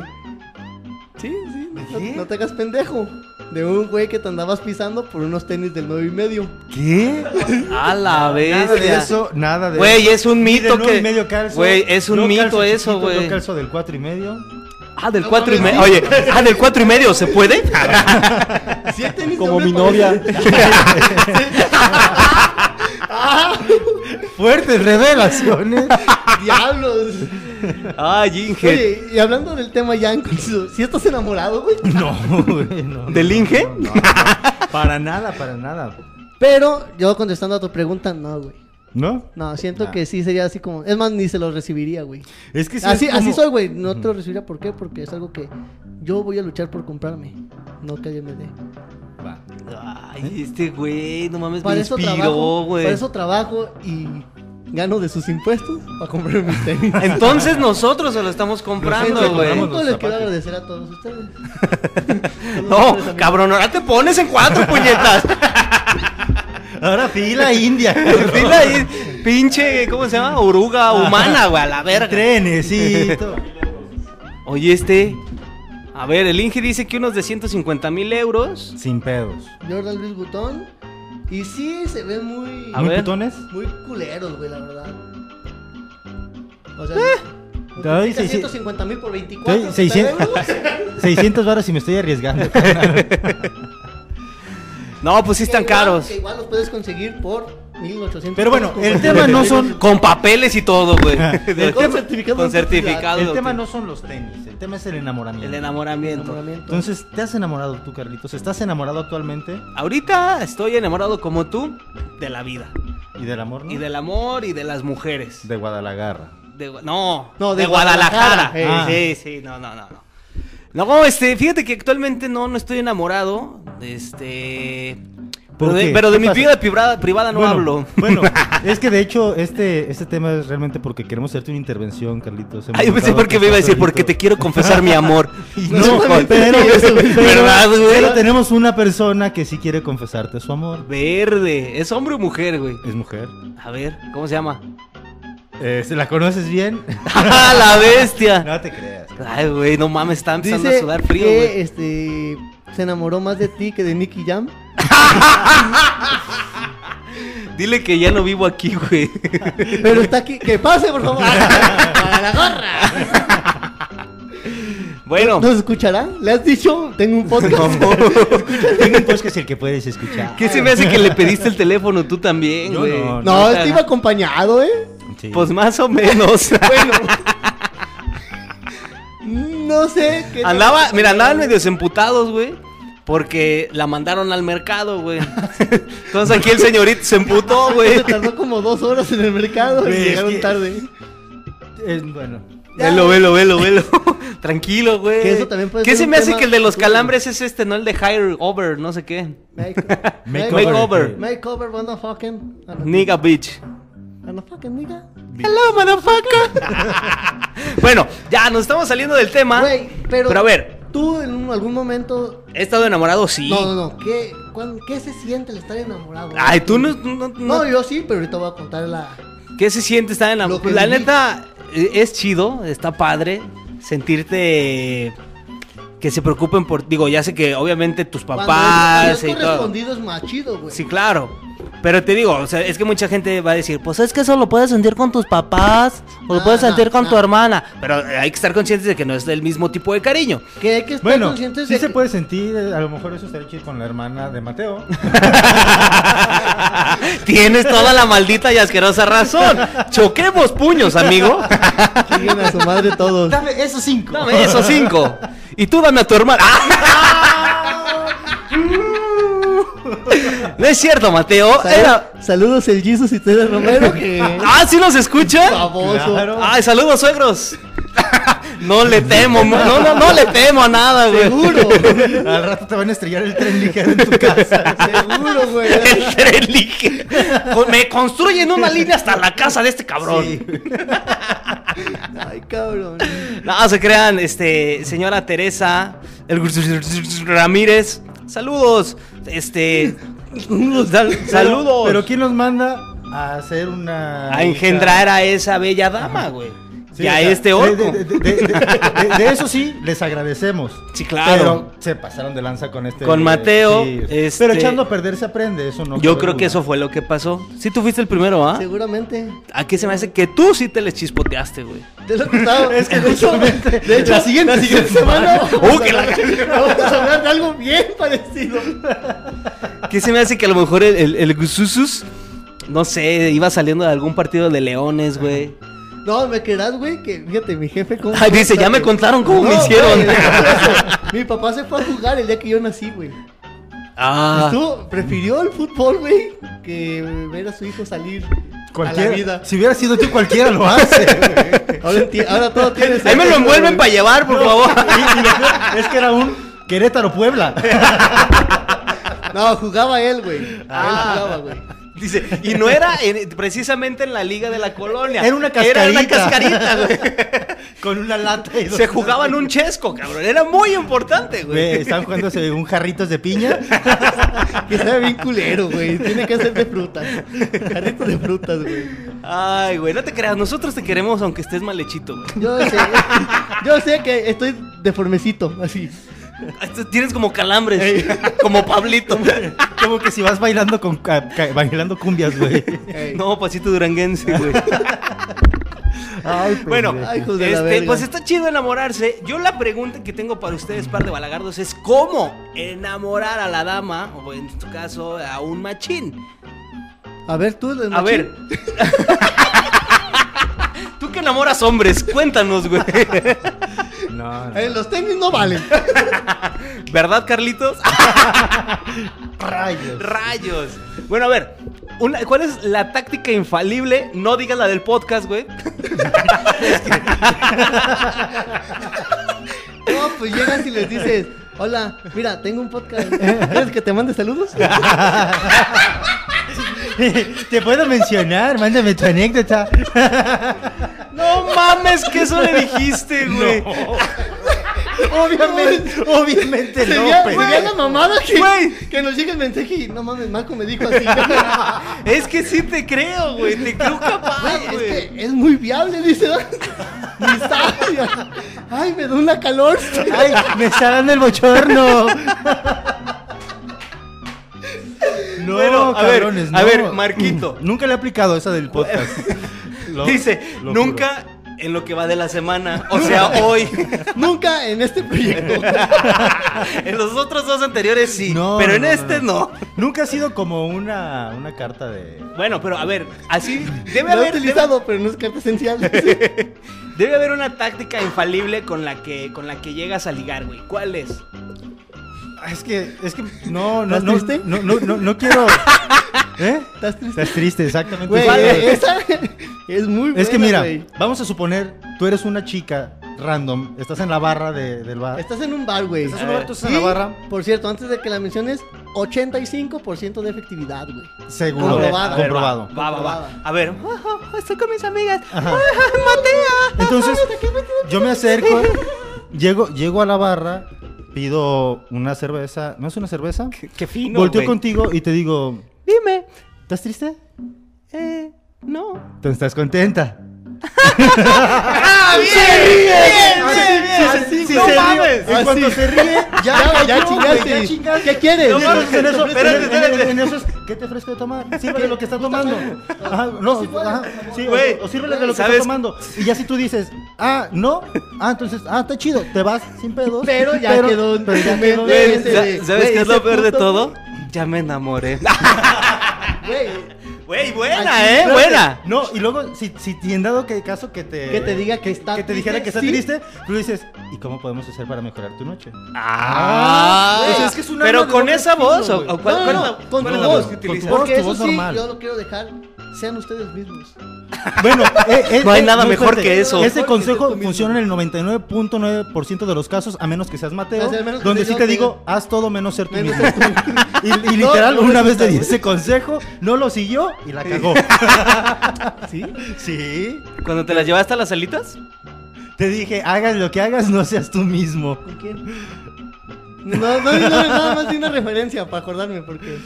S2: Sí, sí. No,
S1: qué?
S2: no te hagas pendejo. De un güey que te andabas pisando por unos tenis del 9 y medio.
S3: ¿Qué?
S1: A la bestia.
S3: Nada de eso, nada de
S1: Güey,
S3: eso.
S1: es un mito
S3: Miden uno
S1: que.
S3: y medio calzo,
S1: Güey, es un
S3: yo
S1: mito
S3: calzo
S1: eso,
S3: chiquito,
S1: güey.
S3: Yo calzo del cuatro y medio.
S1: Ah, del
S2: No
S1: 4 y
S2: mames,
S1: medio. Oye, ah, del 4 y medio, ¿se puede?
S2: Sí, hay tenis de
S4: Como
S2: hombre
S4: mi
S2: para-
S4: novia.
S3: Fuertes revelaciones.
S2: Diablos.
S1: Ah, Inge.
S2: Oye, y hablando del tema ya, si estás enamorado, güey.
S3: no, güey, no.
S1: ¿Del Inge?
S3: Para nada, para nada.
S2: Pero yo contestando a tu pregunta, no, güey.
S3: ¿No?
S2: No, siento
S3: Nah.
S2: que sí sería así como. Es más, ni se los recibiría, güey.
S3: Es que sí
S2: así,
S3: es como-
S2: así soy, güey. No te lo recibiría. ¿Por qué? Porque es algo que yo voy a luchar por comprarme. No que alguien me dé.
S3: Va.
S1: Ay, este güey, no mames, me
S2: Para eso,
S1: inspiró,
S2: trabajo,
S1: güey.
S2: para eso trabajo y gano de sus impuestos para comprarme mis tenis.
S1: Entonces nosotros se lo estamos comprando,
S3: Nosotros
S1: güey.
S3: compramos los
S2: les quiero
S3: zapatos.
S2: agradecer a todos ustedes.
S1: No, cabrón, ahora te pones en cuatro puñetas.
S3: Ahora fila india.
S1: Dile ahí, pinche, ¿cómo se llama? Oruga humana, güey, a la verga.
S3: Trenecito.
S1: Oye, este. A ver, el Inge dice que unos de 150 mil euros.
S3: Sin pedos.
S2: Jordan Luis Butón. Y sí, se ven muy.
S1: A
S3: ¿Muy
S1: ver.
S3: putones?
S2: Muy culeros, güey, la verdad. O sea,
S3: Te doy seiscientos-
S2: 650 mil por
S3: Te
S2: 24.
S3: doy 600, 600 varos y me estoy arriesgando.
S1: No, pues sí están caros.
S2: Que igual los puedes conseguir por 1800.
S3: Pero bueno,
S2: pesos
S3: el
S2: con-
S3: tema no son...
S1: Con papeles y todo, güey.
S2: Con certificado
S1: Con
S2: de identidad.
S1: certificado.
S3: El tema no son los tenis, el tema es el enamoramiento.
S1: El enamoramiento.
S2: Enamoramiento.
S3: Entonces, ¿te has enamorado tú, Carlitos? ¿Estás enamorado actualmente?
S1: Ahorita estoy enamorado como tú de la vida.
S3: ¿Y del amor? no?
S1: Y del amor y de las mujeres.
S3: De Guadalajara.
S1: De Gua- no,
S2: No,
S1: de,
S2: de
S1: Guadalajara.
S2: Guadalajara.
S3: eh. Ah.
S1: Sí, sí, no, no, no, no. No, este, fíjate que actualmente no, no estoy enamorado. Este.
S3: ¿Por
S1: Pero de,
S3: qué?
S1: pero de
S3: ¿Qué
S1: mi
S3: pasa?
S1: vida privada, privada Ah, no
S3: Bueno,
S1: hablo.
S3: Bueno, es que de hecho este, este tema es realmente porque queremos hacerte una intervención, Carlitos. Hemos
S1: Ay, yo pensé
S3: notado
S1: porque
S3: que
S1: me iba a
S3: estás
S1: decir, porque te
S3: solito.
S1: quiero confesar mi amor. Y
S3: No,
S1: joder,
S3: pero,
S1: ¿Verdad, güey?
S3: pero tenemos una persona que sí quiere confesarte su amor.
S1: Verde. ¿Es hombre o mujer, güey?
S3: Es mujer.
S1: A ver, ¿cómo se llama?
S3: Eh, ¿se ¿La conoces bien?
S1: ¡Ah, la bestia!
S3: no te creas.
S1: Ay, güey, no mames, está empezando
S2: Dice
S1: a sudar frío,
S2: que
S1: güey.
S2: este, se enamoró más de ti que de Nicky Jam.
S1: Dile que ya no vivo aquí, güey.
S2: Pero está aquí. Que pase, por favor. Para la gorra.
S1: Bueno,
S2: ¿Nos escuchará? ¿Le has dicho? Tengo un podcast.
S3: Tengo un podcast el que puedes escuchar.
S1: ¿qué se me hace que le pediste el teléfono tú también,
S3: Yo
S1: güey?
S3: no,
S2: No,
S1: te
S2: este iba acompañado, ¿eh?
S3: Sí.
S1: Pues más o menos.
S2: Bueno. no sé. qué-
S1: Andaba, mira, andaban medio emputados, güey. Porque la mandaron al mercado, güey. Entonces aquí el señorito se emputó, güey.
S2: Se tardó como dos horas en el mercado y
S3: Güey, es
S2: llegaron
S3: que-
S2: tarde.
S3: Eh, bueno.
S1: Velo, velo, velo, velo. Tranquilo, güey.
S2: Que eso también puede
S1: ¿Qué
S2: ser
S1: se
S2: un
S1: me hace
S2: tema
S1: que el de los
S2: futuro?
S1: calambres es este, no el de higher over, no sé qué?
S2: Makeover.
S1: Makeover.
S2: Makeover, motherfucking.
S1: Nigga bitch.
S2: Motherfucking nigga.
S1: Hello, motherfucker. bueno, ya nos estamos saliendo del tema.
S2: Güey, pero.
S1: a ver,
S2: Tú en un- algún momento.
S1: he estado enamorado, sí.
S2: No, no, no. ¿Qué, cuán- qué se siente el estar enamorado? güey?
S1: Ay, tú no. no-
S2: No,
S1: no-
S2: yo sí, pero ahorita voy a contar la.
S1: ¿Qué se siente estar enamorado?
S2: Lo que
S1: la
S2: viví.
S1: neta, eh, es chido, está padre sentirte. Que se preocupen por. Digo, ya sé que obviamente tus
S2: cuando
S1: papás.
S2: es- cuando
S1: y
S2: es
S1: todo.
S2: correspondido es más chido, güey.
S1: Sí, claro. Pero te digo, o sea, es que mucha gente va a decir, pues es que eso lo puedes sentir con tus papás, o lo
S2: Ah,
S1: puedes
S2: no,
S1: sentir con
S2: no.
S1: tu hermana. Pero hay que estar conscientes de que no es el mismo tipo de cariño.
S2: Que hay que estar
S3: Bueno,
S2: conscientes
S3: sí
S2: de
S3: se
S2: que-
S3: puede sentir, eh, a lo mejor eso estaría chido con la hermana de Mateo.
S1: Tienes toda la maldita y asquerosa razón. Choquemos puños, amigo.
S2: Chinguen a su madre todos.
S3: Dame esos cinco.
S1: Dame esos cinco. Y tú dame a tu hermana. No es cierto, Mateo.
S2: Salud-
S1: Era...
S2: Saludos el Jesus y Tere Romero que
S1: Ah, ¿sí nos escucha?
S2: baboso.
S3: Claro.
S1: Ay, saludos, suegros. No le temo, mo- no, no, no le temo a nada, güey.
S2: Seguro,
S3: Al rato te van a estrellar el tren ligero en tu casa.
S2: seguro, güey.
S1: El tren ligero. Con- Me construyen una línea hasta la casa de este cabrón.
S3: Sí.
S2: Ay, cabrón.
S1: No, se crean, este, señora Teresa, el Ramírez. Saludos. Este,
S2: Sal-
S1: Saludos.
S3: Pero ¿quién nos manda a hacer una.
S1: A engendrar a esa bella dama,
S3: Ajá.
S1: güey.
S3: Sí,
S1: y
S3: o
S1: a
S3: sea,
S1: este
S3: de-
S1: orco.
S3: De, de- de- de- de- de eso sí, les agradecemos.
S1: Sí, claro.
S3: Pero se pasaron de lanza con este.
S1: Con Mateo,
S3: sí.
S1: este-
S3: Pero echando a perder se aprende, eso no.
S1: Yo
S3: cabe
S1: creo que
S3: duda.
S1: eso fue lo que pasó. Sí, tú fuiste el primero, ¿ah?
S2: Seguramente.
S1: ¿A qué se me hace que tú sí te les chispoteaste, güey?
S2: Te lo he contado. es que de hecho, de hecho,
S3: la siguiente, semana.
S1: ¡Uh, que la
S2: vamos a hablar de algo bien parecido.
S1: ¿Qué se me hace que a lo mejor el, el, el Gususus, no sé, iba saliendo de algún partido de leones, güey?
S2: No, me creerás, güey, que fíjate, mi jefe. ¿cómo
S1: Ay, dice,
S2: está,
S1: ya me
S2: güey?
S1: contaron cómo me
S2: No,
S1: hicieron.
S2: güey, deja tú eso. mi papá se fue a jugar el día que yo nací, güey.
S1: Ah,
S2: Estuvo- prefirió el fútbol, güey, que ver a su hijo salir a la vida.
S3: Si hubiera sido tú, cualquiera lo hace.
S2: Ahora, enti- ahora todo tiene
S1: ahí me lo
S2: sentido,
S1: envuelven
S2: güey.
S1: para llevar, por favor.
S3: Y- y lo peor es que era un Querétaro Puebla.
S2: No, jugaba él, güey.
S1: Ah.
S2: Él jugaba, güey.
S1: Dice, y no era en- precisamente en la liga de la colonia.
S3: Era una
S1: Era una
S3: cascarita.
S1: cascarita, güey.
S3: Con una lata y dos-
S1: Se jugaban un chesco, cabrón. Era muy importante,
S3: Güey,
S1: güey.
S3: Estaban jugándose un jarritos de piña.
S2: Que sabe bien culero, güey. Tiene que ser de frutas. Carritos de frutas, güey.
S1: Ay, güey, no te creas. Nosotros te queremos aunque estés mal hechito, güey.
S2: Yo sé, yo sé que estoy deformecito, así.
S1: Este, Tienes como calambres, como Pablito.
S3: Como que si vas bailando con ca- ca- bailando cumbias, güey.
S2: Ey.
S1: No, pasito duranguense, güey.
S3: Ay,
S1: Bueno,
S2: Ay, hijos de la
S1: este,
S2: verga.
S1: pues está chido enamorarse. Yo la pregunta que tengo para ustedes, par de balagardos, es cómo enamorar a la dama, o en tu caso, a un machín.
S2: A ver, tú.
S1: A ver. Tú que enamoras hombres, cuéntanos, güey.
S3: No, no.
S2: Eh, los tenis no valen.
S1: ¿Verdad, Carlitos?
S3: Rayos.
S1: Rayos. Bueno, a ver. una- ¿Cuál es la táctica infalible? No digas la del podcast, güey.
S2: No, pues llegas y les dices, hola, mira, tengo un podcast. ¿Quieres que te mande saludos?
S3: Te puedo mencionar, mándame tu anécdota.
S1: No mames, que eso le dijiste, güey.
S3: Obviamente, obviamente
S2: Sería,
S3: no,
S2: sería la mamada
S1: Güey.
S2: que, que nos llegue el mensaje y no mames, Marco me dijo así.
S1: Es que sí te creo, güey. Te creo capaz,
S2: Güey,
S1: güey.
S2: es que es muy viable, dice. ¿no? Y sabe. Ay, me da una calor.
S3: Ay, me está dando el bochorno. No,
S1: Bueno, a ver,
S3: cabrones,
S1: a
S3: no.
S1: ver, Marquito.
S3: Nunca le he aplicado esa del podcast. Lo-
S1: Dice,
S3: lo
S1: nunca en lo que va de la semana. O sea, hoy.
S2: Nunca en este proyecto.
S1: En los otros dos anteriores sí.
S3: juro. No,
S1: pero en
S3: no,
S1: este no.
S3: Nunca ha sido como una, una carta de.
S1: Bueno, pero a ver, así debe
S2: Lo he
S1: haber, debe,
S2: utilizado, pero no es carta esencial. dice.
S1: debe haber una táctica infalible con la que con la que llegas a ligar, güey. ¿Cuál es?
S3: Ah, Es que, es que no, no,
S2: ¿Estás
S3: no,
S2: triste?
S3: no, no, no, no quiero. ¿Eh?
S2: ¿Estás triste?
S3: Estás triste, exactamente.
S2: Güey,
S3: Sí.
S2: eh, esa es muy buena.
S3: Es que mira,
S2: güey.
S3: vamos a suponer, tú eres una chica random, estás en la barra de- del bar.
S2: Estás en un bar, güey.
S3: Estás
S1: en
S3: en
S1: un
S3: un
S1: A bar, tú
S2: Y,
S3: la barra.
S2: Por cierto, antes de que la menciones, 85% de efectividad, güey.
S3: Seguro.
S2: Comprobado.
S1: A ver,
S3: comprobado.
S1: va, Va, va, va. A ver, estoy con mis amigas.
S3: Ajá.
S1: Mateo.
S3: Entonces, yo me acerco, llego, llego a la barra, pido una cerveza. ¿No es una cerveza?
S1: Qué fino,
S3: Volteo
S1: güey.
S3: contigo y te digo,
S1: Dime,
S3: ¿estás triste?
S1: eh, no.
S3: ¿Tú estás contenta?
S1: ¡Ah, bien!
S3: Así,
S1: Sí,
S3: sí,
S1: sí,
S3: sí,
S1: no
S3: se ríe.
S1: mames.
S3: En cuanto se ríe, ya,
S2: Ya, ya
S3: güey,
S2: chingaste.
S3: ya chingaste.
S2: ¿Qué quieres?
S1: No mames,
S3: en eso,
S1: espérate,
S3: en- en-
S1: espérate.
S3: en eso es, ¿qué te ofrezco de tomar? Sírvele lo que estás tomando. Ajá, no, ajá, sí, o-
S1: Güey,
S3: o, sírvele de lo que
S1: ¿sabes?
S3: estás tomando. Y ya si tú dices, ah, no, ah, entonces, ah, está chido, te vas sin pedos.
S2: Pero ya quedó en
S3: pero ya
S2: tu
S3: quedó
S2: mente.
S3: en-
S1: Güey,
S2: ese,
S1: ¿sabes
S2: güey.
S1: qué
S2: Güey,
S1: es lo
S2: ese
S1: peor de
S2: puto-
S1: todo? Ya me enamoré.
S2: Güey,
S1: Güey,
S2: Aquí,
S1: buena, eh,
S3: Espérate,
S1: buena.
S3: No, y luego, si, si te han dado que caso que te...
S2: Que te diga que está
S3: Que te dijera que está
S2: triste, sí.
S3: triste, tú dices, ¿y cómo podemos hacer para mejorar tu noche?
S1: Ah,
S3: Pues es que es un
S1: pero
S3: arma de
S1: con
S3: doble
S1: esa
S3: filo,
S1: voz o,
S3: güey.
S1: o cuál,
S2: No,
S1: cuál
S2: no,
S1: es la-
S2: con
S1: cuál
S2: tu
S1: es la
S2: voz,
S1: voz que
S3: con tu
S1: utilizas?
S3: voz.
S2: Porque eso
S3: voz
S2: sí,
S3: normal.
S2: yo lo quiero dejar. Sean ustedes mismos.
S3: Bueno, eh, eh,
S1: No hay
S3: eh,
S1: nada mejor que eso.
S2: Mejor
S3: Ese
S2: que ser tú
S3: consejo
S2: mismo.
S3: funciona en el 99.9% de los casos, a menos que seas Mateo,
S2: O sea, a menos que
S3: donde
S2: sea
S3: sí
S2: yo,
S3: te
S2: sí.
S3: digo, haz todo menos ser tú
S2: Menos
S3: mismo.
S2: ser
S3: y, y literal,
S2: No, no
S3: una vez
S2: resulta,
S3: le di
S2: güey.
S3: ese consejo, no lo siguió y la cagó.
S2: ¿Sí?
S3: sí.
S1: Cuando te las llevaste a las alitas,
S3: Te dije, hagas lo que hagas, no seas tú mismo.
S2: ¿Con quién? No, no, no, nada más de una referencia para acordarme, porque.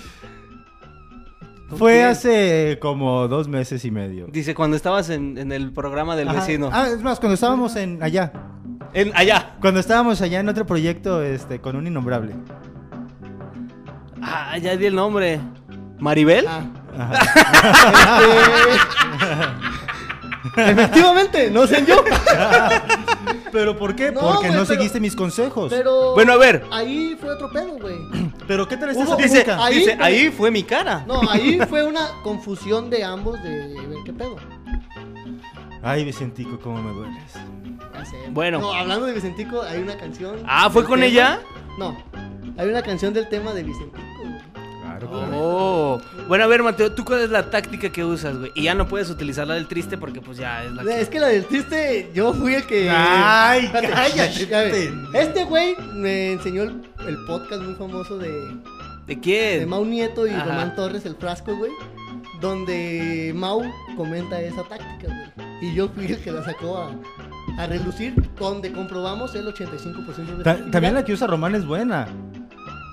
S3: Fue
S1: Ok.
S3: hace como dos meses y medio.
S1: Dice, cuando estabas en, en el programa del
S3: Ajá.
S1: vecino.
S3: Ah, es más, cuando estábamos en allá.
S1: En- allá.
S3: Cuando estábamos allá en otro proyecto este, con un innombrable.
S1: Ah, ya di el nombre. ¿Maribel?
S2: Ah.
S3: Ajá.
S2: Este- Efectivamente, no sé yo.
S3: ¿Pero por qué?
S2: No,
S3: Porque
S2: güey,
S3: no
S2: pero-
S3: seguiste mis consejos.
S2: Pero.
S3: Pero,
S1: Bueno, a ver.
S2: Ahí fue otro pedo, güey.
S3: qué tal
S2: Hubo-
S3: estás
S1: Dice,
S2: nunca. Ahí,
S1: dice,
S2: pero-
S1: ahí fue mi cara.
S2: No, ahí fue una confusión de ambos de ver qué pedo.
S3: Ay, Vicentico, cómo me dueles.
S2: Ya sé.
S1: Bueno.
S2: No, hablando de Vicentico, hay una canción.
S1: Ah, ¿fue
S2: del
S1: con
S2: tema-
S1: ella?
S2: No. Hay una canción del tema de Vicentico, güey.
S3: Claro,
S1: Oh. Bueno, a ver, Mateo, ¿tú cuál es la táctica que usas, güey? Y ya no puedes utilizar la del triste porque pues ya es la que...
S2: Es que la del triste, yo fui el que.
S3: Ay,
S2: Espérate,
S3: cállate.
S2: ya ves. Este güey me enseñó el, el podcast muy famoso de,
S1: ¿De
S2: de
S1: quién?
S2: Mau Nieto y
S1: Ajá.
S2: Román Torres, el frasco, güey. Donde Mau comenta esa táctica, güey. Y yo fui el que la sacó a, a relucir, donde comprobamos el 85% de
S3: Ta-
S2: efectividad.
S3: también la que usa Román es buena.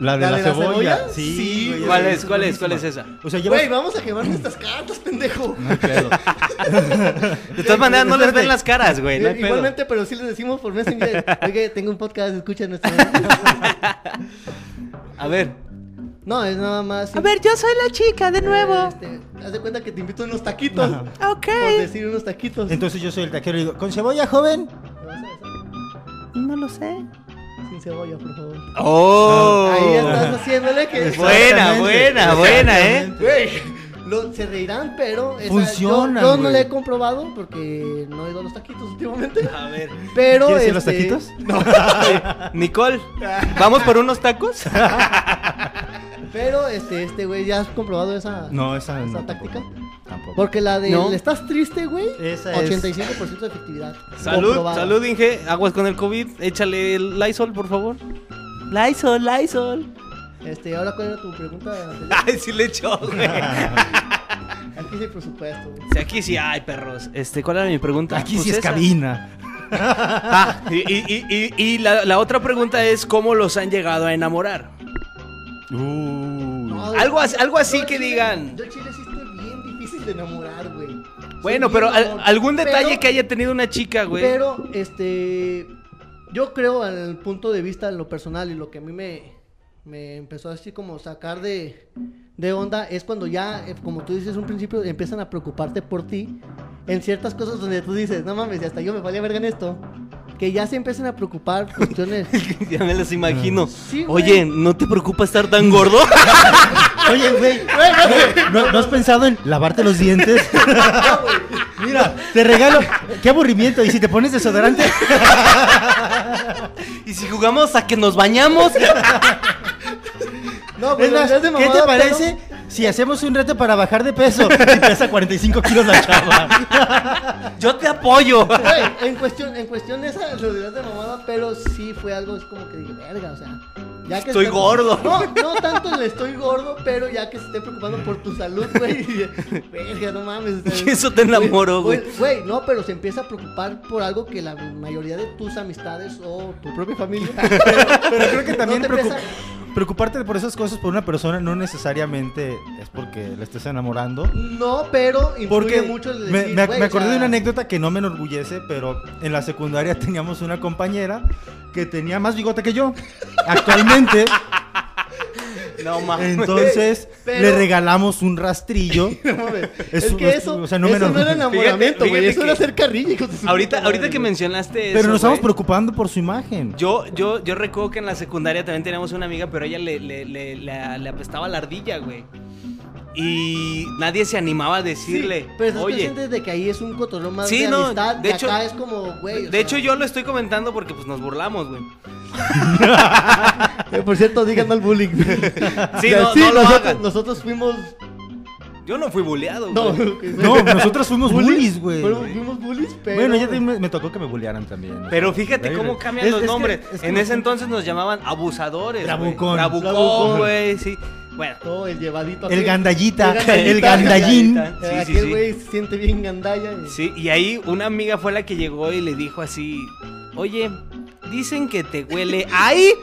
S3: La de la, cebolla. Sí, güey,
S1: ¿Cuál
S3: esa
S1: es? ¿Cuál es? ¿Cuál es
S3: buenísima.
S1: esa?
S3: O sea, llevas...
S2: Güey, vamos a quemar nuestras cartas, pendejo.
S3: No hay pedo.
S1: De todas maneras, no les ven las caras, güey. No hay pedo.
S2: Igualmente, pero sí les decimos por Messenger. Oye, tengo un podcast, escucha nuestro.
S1: A ver.
S2: No, es nada más.
S1: yo soy la chica de
S2: Este, haz de cuenta que te invito a unos taquitos.
S3: Ajá.
S1: Ok.
S2: Por decir unos taquitos.
S3: Entonces yo soy el taquero y digo, ¿con cebolla, joven?
S2: ¿Me vas a besar?
S1: No lo sé.
S2: Sin cebolla, por favor.
S1: Oh.
S2: Ah, Ahí estás haciéndole que.
S1: Buena, buena, buena, ¿eh?
S2: Güey, lo- se reirán, pero. esa-
S3: Funciona,
S2: Yo, yo no
S3: güey.
S2: la he comprobado porque no he ido a los taquitos últimamente.
S1: A ver.
S2: Pero.
S3: ¿Quieres ir a los
S2: este,
S3: taquitos?
S1: Nicole, ¿vamos por unos tacos?
S2: Pero este, este, güey, ¿ya has comprobado esa,
S3: No, esa no.
S2: esa
S3: tampoco.
S2: táctica?
S3: Tampoco.
S2: Porque la de
S1: No.
S2: estás triste, güey.
S3: Esa es-
S2: 85% de efectividad.
S1: Salud,
S2: Comprobado.
S1: salud, Inge. Aguas con el COVID. Échale el Lysol, por favor. Lysol, Lysol.
S2: Este, ahora cuál era tu pregunta.
S1: Ay, sí le echó, güey.
S2: Aquí sí, por supuesto, güey.
S1: O sea, aquí sí hay perros. Este, ¿cuál era mi pregunta?
S3: Aquí
S1: Pues
S3: sí es
S1: esa.
S3: cabina.
S1: Ah, y, y- y- y- y la, la otra pregunta es ¿cómo los han llegado a enamorar?
S3: Uh.
S2: No,
S1: Algo, as- algo así
S2: Yo
S1: que
S2: Chile-
S1: digan.
S2: Yo Chile sí estoy bien difícil de enamorar, güey. Soy
S1: Bueno,
S2: bien
S1: pero al-
S2: mamón.
S1: algún detalle
S2: Pero-
S1: que haya tenido una chica, güey.
S3: Pues
S2: Pero, este. Yo creo, al punto de vista de lo personal y lo que a mí me, me empezó así como sacar de, de onda, es cuando ya, eh, como tú dices un principio, empiezan a preocuparte por ti en ciertas cosas donde tú dices, no mames, hasta yo me valía verga en esto. Que ya se empiezan a preocupar cuestiones.
S1: ya me las imagino.
S3: Ah,
S2: Sí, güey.
S1: Oye, ¿no te preocupa estar tan gordo?
S3: Oye, güey, ¿no, no has pensado en lavarte los dientes? Mira, te regalo. Qué aburrimiento. Y si te pones desodorante,
S1: ¿Y si jugamos a que nos bañamos?
S2: no,
S3: es
S2: pero
S3: más,
S2: ya es de
S3: ¿qué te
S2: mamada, pero-
S3: parece si hacemos un reto para bajar de peso? Y pesa 45 kilos la chava.
S1: Yo te apoyo.
S2: Güey, en cuestión, en cuestión esa lo dirás de mamada, pero sí fue algo, es como que dije, verga, o sea. Ya que
S1: Estoy
S2: esté-
S1: gordo.
S2: No, no tanto le estoy gordo, pero ya que se esté preocupando por tu salud, güey. y- Verga, no mames. o sea,
S1: Y eso te enamoró, güey.
S2: Güey, no, pero se empieza a preocupar por algo que la mayoría de tus amistades o tu propia familia. Pero,
S3: Pero creo que también
S2: te
S3: preocup-
S2: empieza-
S3: preocuparte por esas cosas por una persona no necesariamente es porque la estés enamorando.
S2: No, pero influye
S3: Porque
S2: mucho el
S3: me,
S2: decir,
S3: me ac-
S2: güey,
S3: me
S2: o
S3: acordé de
S2: sea,
S3: una anécdota que no me enorgullece, pero en la secundaria teníamos una compañera que tenía más bigote que yo. Actualmente,
S1: No
S3: Ah,
S1: mames.
S3: entonces
S2: Pero-
S3: le regalamos un rastrillo.
S2: no mames,
S3: Es
S2: Es,
S3: un-
S2: que
S3: es-
S2: eso,
S3: o sea, no me
S2: eso no era
S1: Fíjate-
S3: enamoré.
S2: enamoramiento, güey.
S1: fíjate
S2: Eso era
S1: que-
S2: hacer carrillo. hijos de su
S1: Ahorita,
S2: puta
S1: ahorita
S2: madre,
S1: que
S2: güey.
S1: mencionaste eso.
S3: Pero nos estamos
S1: güey,
S3: preocupando por su imagen.
S1: Yo, yo, yo recuerdo que en la secundaria también teníamos una amiga, pero ella le, le, le, le- le apestaba la ardilla, güey. Y nadie se animaba a decirle.
S2: Sí, pero estás
S1: Oye.
S2: consciente de que ahí es un cotorrón más
S1: Sí,
S2: de
S1: no,
S2: amistad.
S1: de
S2: De
S1: hecho-
S2: acá es como, güey.
S1: De hecho, yo lo estoy comentando porque pues nos burlamos, güey.
S2: yo. Eh, Por cierto, digan al bullying.
S1: Sí, no, no lo
S2: nosotros,
S1: hagan.
S2: nosotros fuimos.
S1: Yo no fui buleado,
S2: No,
S1: güey.
S3: No, nosotros fuimos bullies, güey.
S2: Fuimos, fuimos bullies, pero.
S3: Bueno, ya te- me, me tocó que me bullearan también.
S1: Pero fíjate cómo cambian
S3: Es-
S1: los
S3: es que-
S1: nombres.
S3: es que
S1: en
S3: no-
S1: ese entonces nos llamaban abusadores. güey.
S3: Bravucón.
S1: Bravucón,
S2: Bravucón.
S1: güey, sí. Bueno,
S2: No, el llevadito.
S3: El
S2: aquel. eh,
S3: gandallita, el
S1: El
S3: gandallín.
S1: gandallita. Sí, sí,
S2: aquel
S1: sí.
S2: güey se siente bien gandalla. y-
S1: sí. Y ahí una amiga fue la que llegó y le dijo así: Oye, dicen que te huele ahí.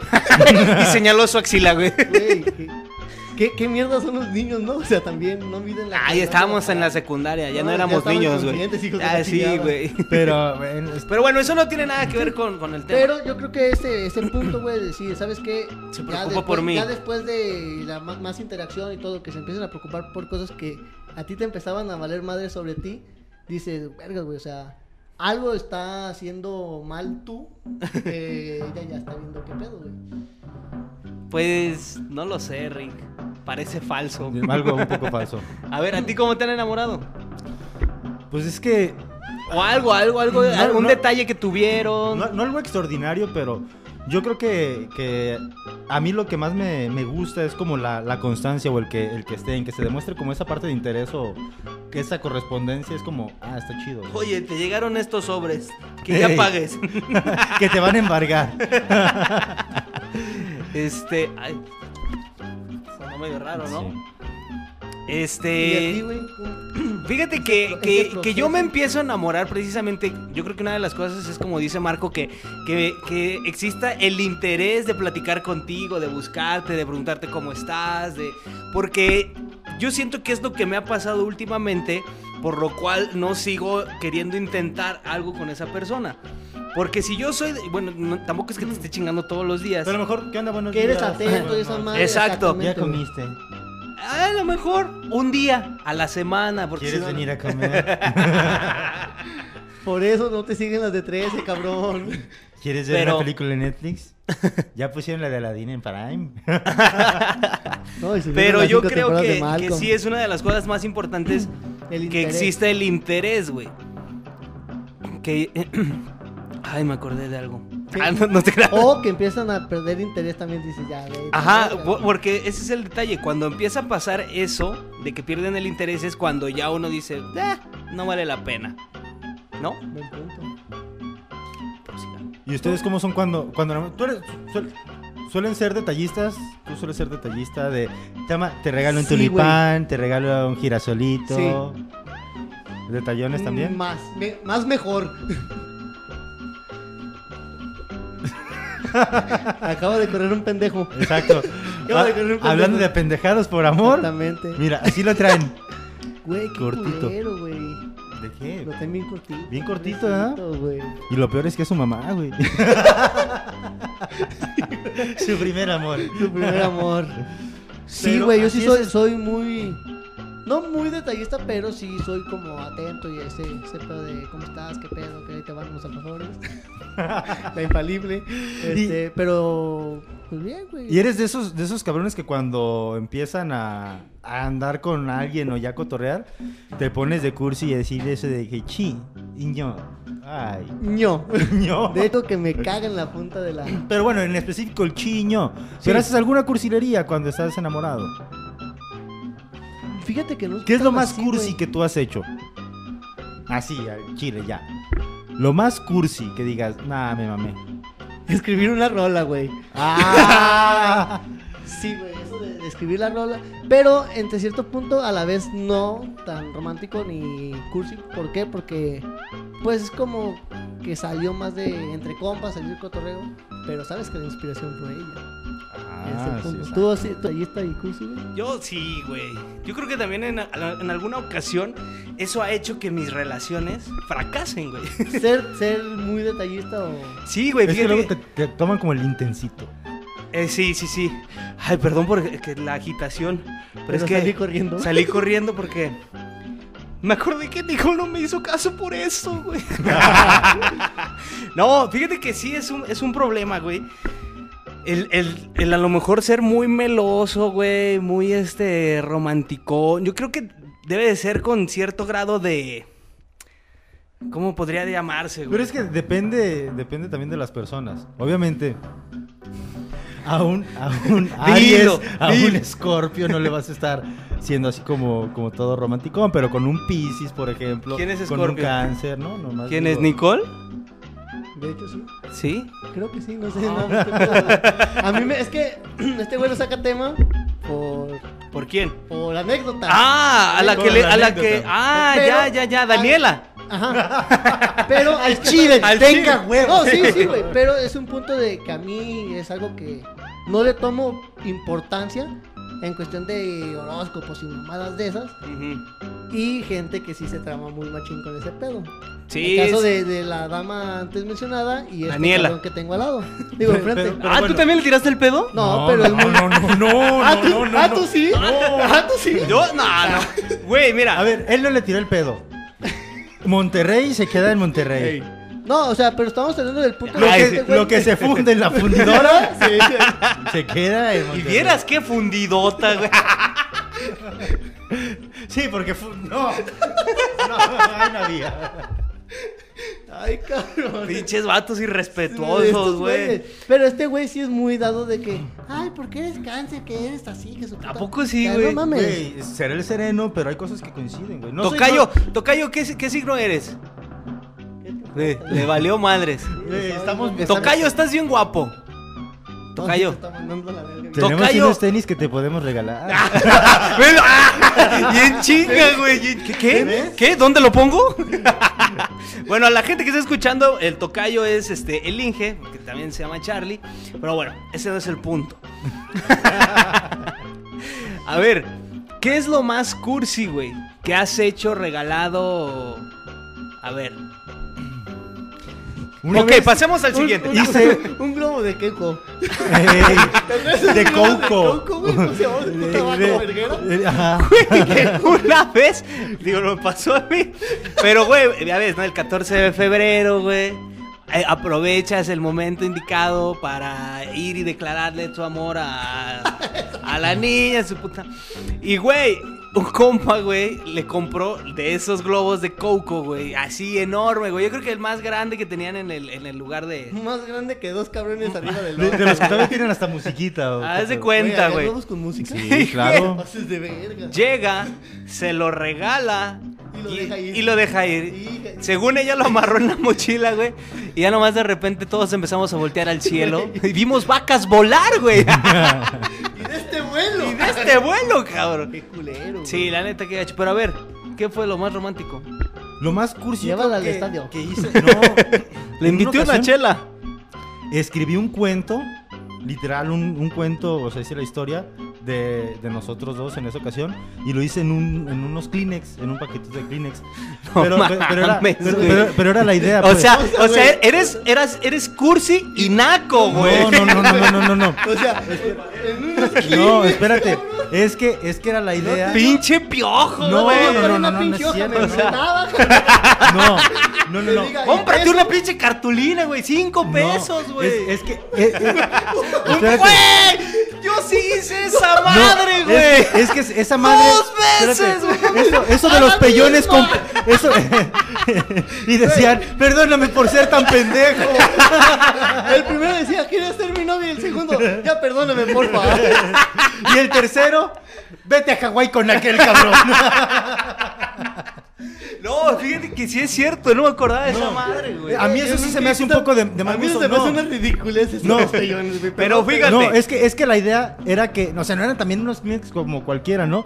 S1: y señaló su axila, güey.
S2: Güey, que, que ¿Qué, qué mierda son los niños, no? O sea, también no miden la.
S1: Ahí estábamos en la secundaria, ya no,
S2: No, Ah, ya
S1: éramos
S2: estaban
S1: niños, güey.
S2: conscientes, hijos de
S1: Ah,
S2: la
S1: sí,
S2: chingada.
S1: güey.
S3: Pero, bueno, es-
S1: Pero bueno, eso no tiene nada que ver con, con el tema.
S2: Pero yo creo que ese, ese punto, güey, de decir, ¿sabes qué?
S1: Se
S2: Ya
S1: preocupa
S2: después-
S1: por mí.
S2: Ya después de la ma- más interacción y todo, que se empiezan a preocupar por cosas que a ti te empezaban a valer madre sobre ti, dices, vergas, güey, o sea, algo está haciendo mal tú, eh, ella ya está viendo qué pedo, güey.
S1: Pues no lo sé, Rick. Parece falso.
S3: algo un poco falso.
S1: A ver, ¿a ti cómo te han enamorado?
S3: Pues es que
S1: O algo, algo, algo,
S3: No,
S1: algún
S3: no.
S1: detalle que tuvieron.
S3: No, no algo extraordinario, pero yo creo que, que a mí lo que más me, me gusta es como la, la constancia o el que, el que esté, en que se demuestre como esa parte de interés o que esa correspondencia es como, ah, está chido. güey.
S1: Oye, te llegaron estos sobres. Que ya
S3: Ey.
S1: pagues.
S3: que te van a embargar.
S1: Este. Ay. Sonó medio raro, ¿no?
S4: Sí.
S2: Y a ti,
S1: Este.
S2: güey, ¿cómo?
S1: Fíjate que,
S2: Ese
S1: que-
S2: proceso.
S1: que yo me empiezo a enamorar precisamente. Yo creo que una de las cosas es como dice Marco, que, que, que exista el interés de platicar contigo, de buscarte, de preguntarte cómo estás, de. Porque yo siento que es lo que me ha pasado últimamente, por lo cual no sigo queriendo intentar algo con esa persona. Porque si yo soy. de- Bueno, no- tampoco es que te esté chingando todos los días.
S3: Pero a lo mejor, ¿qué onda? Buenos
S2: que eres
S3: días.
S2: atento y
S3: Buenas
S2: esa
S3: noches.
S2: madre.
S1: Exacto.
S2: exactamente,
S3: Ya comiste.
S1: A lo mejor un día a la semana. Porque si
S3: ¿Quieres
S1: no-
S3: venir a comer?
S2: güey. Por eso no te siguen las de 13, cabrón.
S3: ¿Quieres ver
S1: Pero-
S3: una película en Netflix? Ya pusieron la de Aladdin en Prime.
S2: No, y subieron
S1: Pero
S2: las
S1: yo
S2: cinco
S1: creo
S2: temporadas de
S1: que, que
S2: Malcolm.
S1: sí es una de las cosas más importantes
S2: El
S1: que
S2: interés.
S1: exista el interés, güey. Que. Ay, me acordé de algo.
S2: Sí.
S1: Ah, no, no te creas.
S2: O que empiezan a perder interés también, dices, ya, güey.
S1: Ajá,
S2: ya, ya,
S1: po- porque ese es el detalle. Cuando empieza a pasar eso de que pierden el interés es cuando ya uno dice, "Ah, no vale la pena. ¿No?
S2: buen punto.
S1: Pero sí, no.
S3: ¿Y ustedes cómo son cuando, cuando tú eres- suel- suelen ser detallistas? Tú sueles ser detallista de te, ama- te regalo un
S2: Sí, güey.
S3: tulipán, te regalo un girasolito. Detallones
S2: Mm,
S3: también.
S2: Más, me- más mejor. Acaba de correr un pendejo.
S3: Exacto.
S2: Yo
S3: Ah,
S2: voy con un pendejo.
S3: hablando de pendejadas por amor.
S2: Exactamente.
S3: Mira, así lo traen.
S2: Güey, qué
S3: Cortito.
S2: culero, güey.
S3: ¿De
S2: Lo
S3: qué?
S2: tengo bien cortito.
S3: Bien cortito, ¿eh? ¿verdad?
S2: pobrecito, güey.
S3: Y lo peor es que es su mamá, güey. su primer amor.
S2: Tu primer amor. Sí,
S3: Pero
S2: güey, yo sí
S3: así
S2: soy,
S3: es-
S2: soy muy. No muy detallista, pero sí soy como atento y ese, ese pedo de cómo estás, qué pedo, que ahí te van los alfajores. La infalible. Este, pero. Pues bien, güey.
S3: Y eres de esos, de esos cabrones que cuando empiezan a, a andar con alguien o ya cotorrear, te pones de cursi y decir eso de que chi, ño. Ay,
S2: ño.
S3: ño.
S2: De hecho, que me caga en la punta de la.
S3: Pero bueno, en específico el chi, ño. Pero haces alguna cursilería cuando estás enamorado.
S2: Fíjate que no.
S3: ¿Qué es lo
S2: tan
S3: más
S2: así,
S3: cursi
S2: güey.
S3: que tú has hecho? Así, al chile, ya. Lo más cursi que digas, nah, me mamé.
S2: Escribir una rola, güey.
S3: ¡Ah!
S2: Sí, güey, eso de, de escribir la rola. Pero entre cierto punto, a la vez no tan romántico ni cursi. ¿Por qué? Porque. Pues es como que salió más de entre compas, salir cotorreo. Pero sabes que la inspiración fue ella. Es el
S3: Ah, sí,
S2: punto.
S3: exacto.
S2: tú así, tú ahí está y cursi, güey.
S1: Yo sí, güey. Yo creo que también en, en alguna ocasión eso ha hecho que mis relaciones fracasen, güey.
S2: Ser, ser muy detallista o.
S1: Sí, güey,
S3: es que
S1: fíjate.
S3: luego te, te toman como el intensito.
S1: Eh, sí, sí, sí. Ay, perdón por eh, que la agitación. Pero,
S2: Pero
S1: es que
S2: salí corriendo.
S1: salí corriendo porque me acordé que Nicolo me hizo caso por eso, güey. no, fíjate que sí es un, es un problema, güey. El, el- el a lo mejor ser muy meloso, güey, muy este romanticón. Yo creo que debe de ser con cierto grado de. ¿Cómo podría llamarse, güey?
S3: Pero es que depende, depende también de las personas. Obviamente, a un, a un Aries,
S1: Dilo,
S3: a un
S1: dilo.
S3: Escorpio no le vas a estar siendo así como, como todo romanticón, pero con un Piscis, por ejemplo.
S1: ¿Quién es
S3: Con un
S1: Escorpio?
S3: cáncer, ¿no? Nomás
S1: ¿Quién
S3: digo-
S1: es Nicole?
S2: De hecho, sí.
S1: Sí.
S2: Creo que sí, no sé. no, no sé, pero- a mí me, es que este güey lo saca tema por,
S1: ¿Por quién?
S2: por anécdota.
S1: Ah, a la que
S3: Por
S1: le,
S3: la
S1: a la
S3: anécdota.
S1: que, ah,
S2: Pero-
S1: ya, ya, ya, Daniela.
S2: Ajá. Pero al
S1: chile, al
S2: tenga
S1: chile.
S2: huevo. No, sí, sí, güey. Pero es un punto de que a mí es algo que no le tomo importancia en cuestión de horóscopos y mamadas de esas.
S1: Ujú.
S2: Y gente que sí se trama muy machín con ese pedo.
S1: Sí.
S2: el caso
S1: sí.
S2: de, de la dama antes mencionada y este
S1: Daniela.
S2: cabrón que tengo al lado. Digo,
S3: Pero-
S2: enfrente.
S3: pero-
S5: Ah, ¿tú
S3: bueno.
S5: también le tiraste el pedo?
S2: no, pero es
S3: no,
S2: muy...
S3: no, no, no,
S2: ah,
S3: no,
S2: tú,
S3: no, no,
S2: ah,
S3: no.
S2: tú sí. Ah, tú sí.
S1: Yo, no, no. Güey, mira.
S3: A ver, él no le tiró el pedo. Monterrey se queda en Monterrey.
S2: No, o sea, pero estamos teniendo del punto
S3: Lo,
S1: Ay,
S3: que,
S1: sí.
S2: este güey-
S3: lo que se funde en la fundidora se, se queda en
S1: Y
S3: Monterrey.
S1: vieras qué fundidota, güey.
S3: Sí, porque fu- no. No, ahí no había.
S2: Ay, cabrón.
S1: Pinches vatos irrespetuosos,
S2: Estos
S1: güey.
S2: güeyes. Pero este güey sí es muy dado de que, ay, ¿por qué eres cáncer? Que eres así, que su puta-
S1: ¿A poco sí,
S2: Ya,
S1: güey?
S2: No mames.
S3: Güey, seré el sereno, pero hay cosas que coinciden, güey. No soy-
S1: Tocayo, Tocayo, ¿qué, si- qué signo eres? Le, le valió madres.
S3: no- güey, estamos.
S1: Tocayo, estás bien guapo.
S2: No,
S1: Tocayo.
S2: sí te está mandando la verga, güey.
S3: Tenemos
S1: Tocayo.
S3: unos tenis que te podemos regalar.
S1: Bueno, ¡ah! Y en chinga, güey. y- ¿Qué? ¿Qué?
S3: ¿Ves?
S1: ¿Qué? ¿Dónde lo pongo? Bueno, a la gente que está escuchando, el tocayo es este, el Inge, que también se llama Charlie. Pero bueno, ese no es el punto. A ver, ¿qué es lo más cursi, güey? ¿Qué has hecho regalado? A ver.
S3: Una
S1: ok,
S3: vez-
S1: pasemos al siguiente.
S2: Un,
S1: Ya.
S2: un- un globo de queco.
S3: Ey, de Coco.
S2: Coco, güey, ¿cómo se llama? El puto vaca verguera.
S3: Eh, ajá.
S1: que una vez, digo, no me pasó a mí. Pero, güey, ya ves, ¿no? El 14 de febrero, güey. eh, Aprovechas el momento indicado para ir y declararle tu amor a, a la niña, su puta. Y, güey, un compa, güey, le compró de esos globos de coco, güey. Así enorme, güey. Yo creo que el más grande que tenían en el, en el lugar de.
S2: Más grande que dos cabrones arriba del
S3: De, de los que todavía tienen hasta musiquita. o-
S1: Haz Ah, de
S3: o-
S1: cuenta,
S2: había
S1: güey.
S2: globos con música?
S3: Sí, claro.
S2: Pases de verga.
S1: Llega, se lo regala
S2: Y lo deja ir.
S1: y lo deja ir.
S2: Hija-
S1: Según ella lo amarró en la mochila, güey. Y ya nomás de repente todos empezamos a voltear al cielo. Y vimos vacas volar, güey.
S2: Y de este vuelo.
S1: Y de este vuelo, cabrón.
S2: Qué culero. güey.
S1: Sí, la neta que gacho. Pero a ver, ¿qué fue lo más romántico?
S3: Lo más cursi yo
S2: Llévala
S3: creo
S2: al
S3: que,
S2: estadio.
S3: que hice. No.
S1: Le
S3: En
S1: invité una
S3: ocasión
S1: chela.
S3: Escribí un cuento, literal, un, un cuento, o sea, hice la historia de, de nosotros dos en esa ocasión. Y lo hice en, un, en unos Kleenex, en un paquetito de Kleenex.
S1: No
S3: pero, pero- pero era,
S1: mames,
S3: pero,
S1: güey.
S3: pero- pero era la idea.
S1: O
S3: pues.
S1: sea,
S2: o sea,
S1: o sea,
S2: güey.
S1: eres, eras, eres cursi y naco, güey.
S3: No, no, no, no, no, no, no.
S2: O sea, en unos
S3: No, espérate. Es que, es que era la idea.
S1: Pinche piojo,
S3: No,
S1: güey.
S3: no, no, no, no, no es cierto, no. No, no, no, no.
S1: Cómprate una pinche cartulina, güey. Cinco
S3: No,
S1: pesos, güey.
S3: Es, es que. eh, es- es- espérate.
S1: ¡Güey! Yo sí hice esa
S3: No,
S1: madre,
S3: es
S1: güey.
S3: que- Es, que esa madre.
S1: Dos veces,
S3: espérate, Eso, eso de los pellones con. Eso. y decían, perdóname por ser tan pendejo.
S2: El primero decía, ¿quieres ser mi novia? Y el segundo, ya perdóname, porfa.
S3: Y el tercero, vete a Hawái con aquel cabrón.
S1: No, fíjate que sí es cierto, no me acordaba de esa madre, güey.
S3: A mí eso sí se me hace un poco de, de
S2: A
S3: mal
S2: mí
S3: gusto.
S2: se me
S3: no.
S2: hace una ridiculez
S3: No.
S1: Pero fíjate.
S3: No, es que, es que la idea era que, o sea, no eran también unos clientes como cualquiera, ¿no?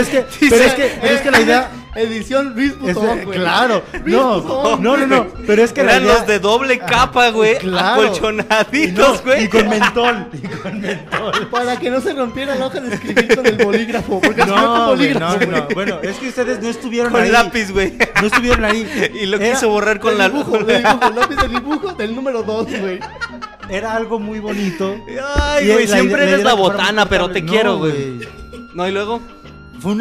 S3: es que, pero es que, pero es que la idea,
S2: Edición Luis
S3: es-
S2: Putón, güey.
S3: claro,
S2: Luis
S3: no,
S2: Putón,
S3: no, no, no, pero es que la
S1: eran
S3: idea,
S1: los de doble capa, güey, acolchonaditos,
S3: y no,
S1: güey.
S3: y con mentol, y con mentol.
S2: Para que no se rompiera la hoja de escribir con el bolígrafo. Porque escribió con
S3: No, güey,
S2: bolígrafo.
S3: no,
S2: güey.
S3: no, bueno, es que ustedes no estuvieron
S1: Con
S3: ahí.
S1: lápiz, güey.
S3: No estuvieron ahí.
S1: Y lo
S3: Era-
S1: quiso borrar con
S2: Del
S1: la
S2: dibujo, del dibujo, lápiz del dibujo del número 2, güey.
S3: Era algo muy bonito.
S1: Ay,
S3: Y
S1: güey,
S3: la-
S1: siempre
S3: idea
S1: eres
S3: era
S1: la
S3: que fuera
S1: botana,
S3: muy
S1: pero te
S3: potable.
S1: quiero,
S3: No,
S1: güey. No, y luego.
S3: Fue un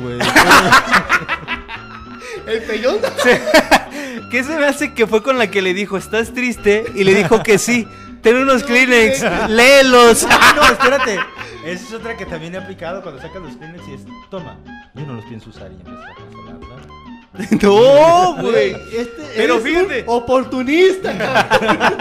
S3: güey. Ah,
S2: El pellón.
S1: ¿Qué se me hace que fue con la que le dijo, estás triste? Y le dijo que sí. Ten unos Kleenex, léelos.
S3: Ah, no, espérate. Esa es otra que también he aplicado cuando sacas los Kleenex y es, toma, yo no los pienso usar y empiezas a cancelarla.
S1: No, güey.
S2: Este
S1: Pero
S2: eres
S1: fíjate.
S2: un Oportunista, cabrón.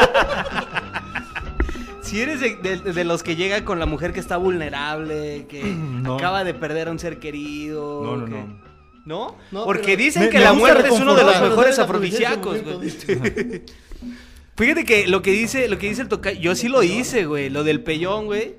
S1: Si eres de, de- de los que llega con la mujer que está vulnerable, que
S3: No.
S1: acaba de perder a un ser querido.
S3: No, no,
S1: que-
S3: no.
S1: ¿No?
S2: No,
S1: Porque
S2: pero-
S1: dicen
S3: Me-
S1: que
S3: me
S1: la
S3: gusta
S1: muerte es uno de los
S3: reconfortar.
S1: mejores
S2: Pero no eres
S1: afrodisíacos,
S2: la
S1: güey.
S2: policía en ese
S1: Fíjate que lo que dice, lo que dice el tocayo, yo sí lo hice, güey, lo del pellón, güey.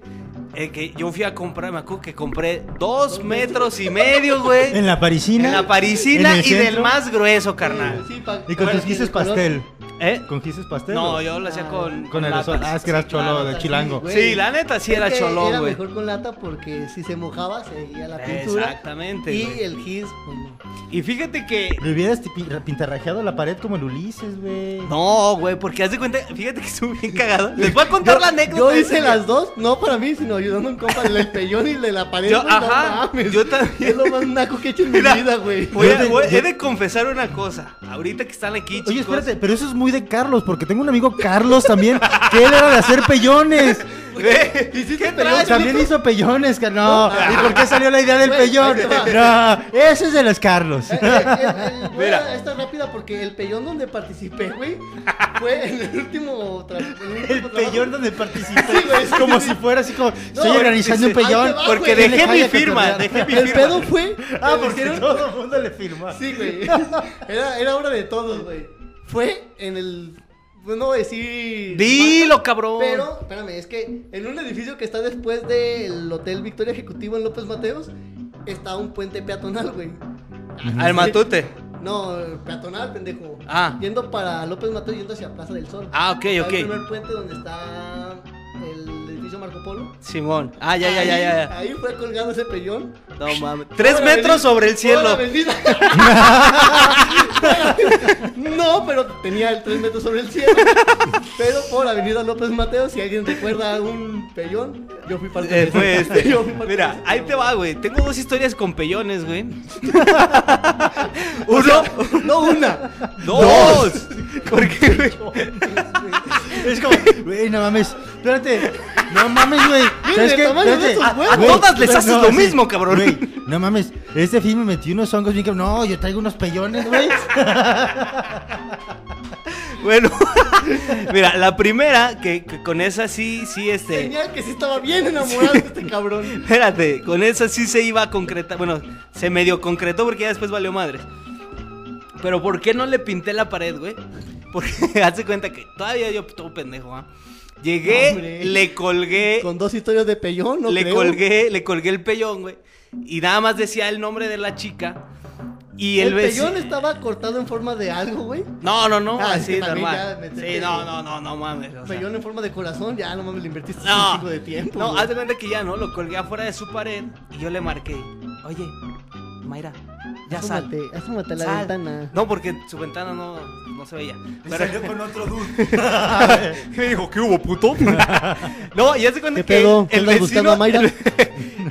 S1: eh, que yo fui a comprar, me acuerdo que compré dos metros y medio, güey.
S3: En la parisina.
S1: En la parisina
S3: en el
S1: y del
S3: centro,
S1: más grueso,
S2: momento.
S1: carnal.
S2: Sí, pa-
S3: Y con
S2: para
S3: tus
S2: que
S3: guisos
S2: el color-
S3: pastel.
S1: ¿Eh?
S3: ¿Con gises pastel?
S1: No,
S3: o-
S1: yo lo hacía con.
S3: Con el
S1: latas.
S3: sol. Ah, es que eras
S2: Sí,
S3: cholo
S2: claro,
S3: de
S2: así,
S3: chilango.
S2: güey.
S1: Sí, la neta sí
S2: Es
S1: era
S2: que
S1: cholo,
S2: Era
S1: güey.
S2: mejor con lata porque si se mojaba se veía la pintura.
S1: Exactamente.
S2: Y
S1: güey.
S2: el gis, pues no.
S1: Y fíjate que
S3: Le hubieras tipi- pintarrajeado la pared como el Ulises, güey.
S1: No, güey, porque haz de cuenta, fíjate que estuvo bien cagado. Les voy a contar la anécdota.
S2: Yo
S1: de
S2: hice
S1: ese
S2: las dos, no para mí, sino ayudando a un compa el pellón y el de la pared.
S1: Yo-
S2: güey, no
S1: ajá,
S2: mames.
S1: yo también.
S2: Es lo más naco que he hecho en mi
S1: Mira,
S2: vida, güey.
S1: día. Voy a-
S3: Yo te-
S1: voy-
S3: yo-
S1: he de confesar una cosa. Ahorita que están aquí, chicos.
S3: Oye, espérate, pero eso es muy de Carlos, porque tengo un amigo Carlos también, que él era de hacer pellones.
S1: Ve, ¿Qué traes?
S3: También hizo pellones, que no. ¿Y por qué salió la idea del
S2: Güey,
S3: pellón?
S2: ahí te
S3: No, ese es de los Carlos.
S2: Eh, eh, eh, eh, voy
S1: Mira.
S2: a esta rápida porque el pellón donde participé, güey, fue en el último. tra- en último
S3: El
S2: trabajo.
S3: pellón donde participé.
S2: pues, Sí, güey, sí,
S3: como
S2: sí.
S3: si fuera así como, estoy
S2: porque
S3: organizando un
S2: dice, ahí
S3: pellón.
S2: te va,
S1: Porque
S2: güey, que
S1: dejé
S3: le
S1: mi
S3: vaya a
S1: firma,
S3: cotorrear.
S1: dejé mi
S2: El
S1: firma.
S2: pedo fue.
S3: Ah,
S2: que
S3: porque
S2: hicieron-
S3: todo el mundo le firma.
S2: Sí, güey. Era, era obra de todos, güey. Fue en el. pues No voy a decir.
S1: Dilo, cabrón.
S2: Pero, espérame, es que en un edificio que está después del Hotel Victoria Ejecutivo en López Mateos, está un puente peatonal, güey.
S1: Al matute.
S2: No, peatonal, pendejo.
S1: Ah.
S2: Yendo para López Mateos, yendo hacia Plaza del Sol.
S1: Ah, ok,
S2: Está El
S1: ok.
S2: primer puente donde está el edificio Marco Polo.
S1: Simón. Ah, ya, ya, ya, ya. ya.
S2: Ahí ahí fue colgando ese pellón.
S1: No mames. Tres
S2: Toda la
S1: metros
S2: avenida-
S1: sobre el
S2: toda
S1: cielo.
S2: la avenida. no, pero tenía el 3 metros sobre el cielo. Pero por Avenida López Mateo, si alguien recuerda un pellón, yo fui parte de
S1: Eh, fue
S2: ese.
S1: este.
S2: Yo fui parte de
S1: Mira,
S2: ese
S1: ahí
S2: pellón.
S1: te va, güey. Tengo dos historias con pellones, güey. Uno,
S2: No una.
S1: dos. Porque, güey,
S3: Es como, güey, no mames. Espérate. No mames, güey. ¿Sabes
S2: el
S3: qué?
S2: tamaño de
S3: Espérate.
S2: esos
S1: huevos.
S3: güey,
S1: A todas les
S3: pero
S1: haces lo
S3: sí.
S1: mismo, cabrón.
S3: Güey, no mames. Este film me metió unos hongos bien cab- No, yo traigo unos pellones, güey.
S1: Bueno, mira, la primera, que, que con esa sí, sí, este.
S2: Señal que sí estaba bien enamorado de este cabrón.
S1: Espérate, con esa sí se iba a concretar. Bueno, se medio concretó porque ya después valió madres. Pero ¿por qué no le pinté la pared, güey? Porque hace cuenta que todavía yo todo pendejo, ¿ah? Llegué,
S2: Hombre.
S1: le colgué,
S2: Con dos historias de pellón, no
S1: Eh, le
S2: creo.
S1: colgué, le colgué el pellón, güey. Y nada más decía el nombre de la chica. Y
S2: El,
S1: el, veci-
S2: pellón estaba cortado en forma de algo, güey.
S1: No, no, no,
S2: Ah,
S1: así
S2: es que también
S1: normal.
S2: ya me-
S1: Sí, no, no, no, no mames. o sea.
S2: Pellón en forma de corazón, ya no mames, le invertiste un
S1: No,
S2: chingo de tiempo.
S1: no,
S2: güey.
S1: haz de cuenta que ya no, lo colgué afuera de su pared y yo le marqué, oye, Mayra, ya sal.
S2: Asómate, asómate a la
S1: sal".
S2: ventana.
S1: No, porque su ventana no, no se veía. Pero-
S3: con otro dude.
S1: me dijo, ¿qué hubo, puto? no, y haz de cuenta
S2: ¿Qué
S1: que
S2: pedo? ¿Qué
S1: el,
S2: andas
S1: vecino,
S2: buscando a Mayra?
S1: el,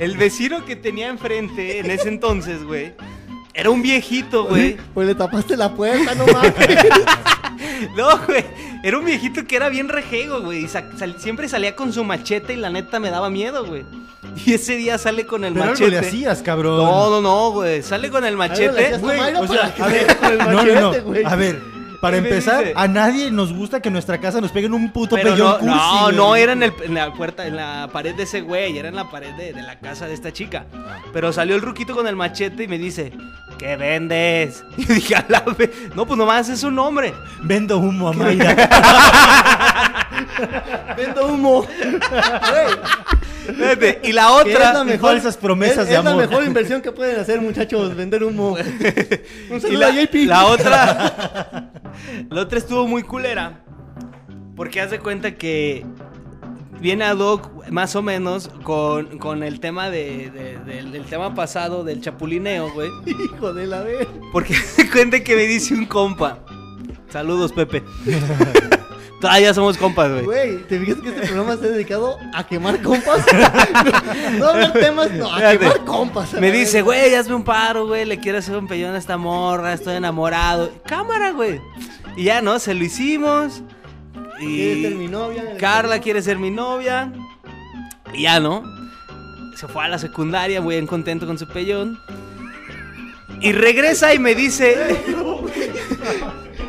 S1: el vecino que tenía enfrente en ese entonces, güey, era un viejito, güey.
S2: Pues le tapaste la puerta, no mames.
S1: No, güey. Era un viejito que era bien rejego, güey. y sa- sal- siempre salía con su machete y la neta me daba miedo, güey. Y ese día sale con el
S3: Pero algo
S1: machete.
S3: le hacías, cabrón.
S1: No, no, no, güey. Sale con el machete.
S2: hacías- Mayra
S3: o
S2: para
S3: sea,
S2: que
S3: a
S2: se
S3: ver,
S2: vea con el
S3: no, no,
S2: machete, güey.
S3: no. A ver, para
S1: ¿Qué me
S3: empezar,
S1: dice?
S3: a nadie nos gusta que en nuestra casa nos peguen un puto
S1: Pero
S3: pellón
S1: no,
S3: cursi,
S1: no,
S3: güey.
S1: no era en, el- en la puerta, en la pared de ese güey, era en la pared de, de la casa de esta chica. Pero salió el ruquito con el machete y me dice, ¿qué vendes? Y dije, "A la ve-". no, pues nomás es un hombre.
S3: Vendo humo a Mayra.
S2: Vendo humo. Güey,
S1: Espérate, Y la
S2: que es la
S1: otra,
S3: me-
S2: mejor,
S3: falsas promesas
S2: es-
S3: de amor.
S2: Es la mejor inversión que pueden hacer, muchachos, vender humo. Un
S1: Y
S2: saludo
S1: la,
S2: a JP.
S1: la otra. la otra estuvo muy culera. Porque haz de cuenta que viene ad hoc, más o menos, con, con el tema de, de- del- del tema pasado del chapulineo, güey.
S2: Hijo de la vez.
S1: Porque haz de cuenta que me dice un compa. Saludos, Pepe. Todavía somos compas, güey.
S2: Güey, ¿te fijas que este programa está dedicado a quemar compas? no a hablar temas, no, a
S1: Espérate.
S2: quemar compas. a
S1: Me
S2: la
S1: dice,
S2: vez.
S1: güey, hazme un paro, güey, le quiero hacer un pellón a esta morra, estoy enamorado. Cámara, güey. Y ya, ¿no? Se lo hicimos.
S2: ¿Quieres
S1: Y
S2: ser mi novia?
S1: Carla quiere ser mi novia. Y ya, ¿no? Se fue a la secundaria, muy bien contento con su pellón. Y regresa y me dice,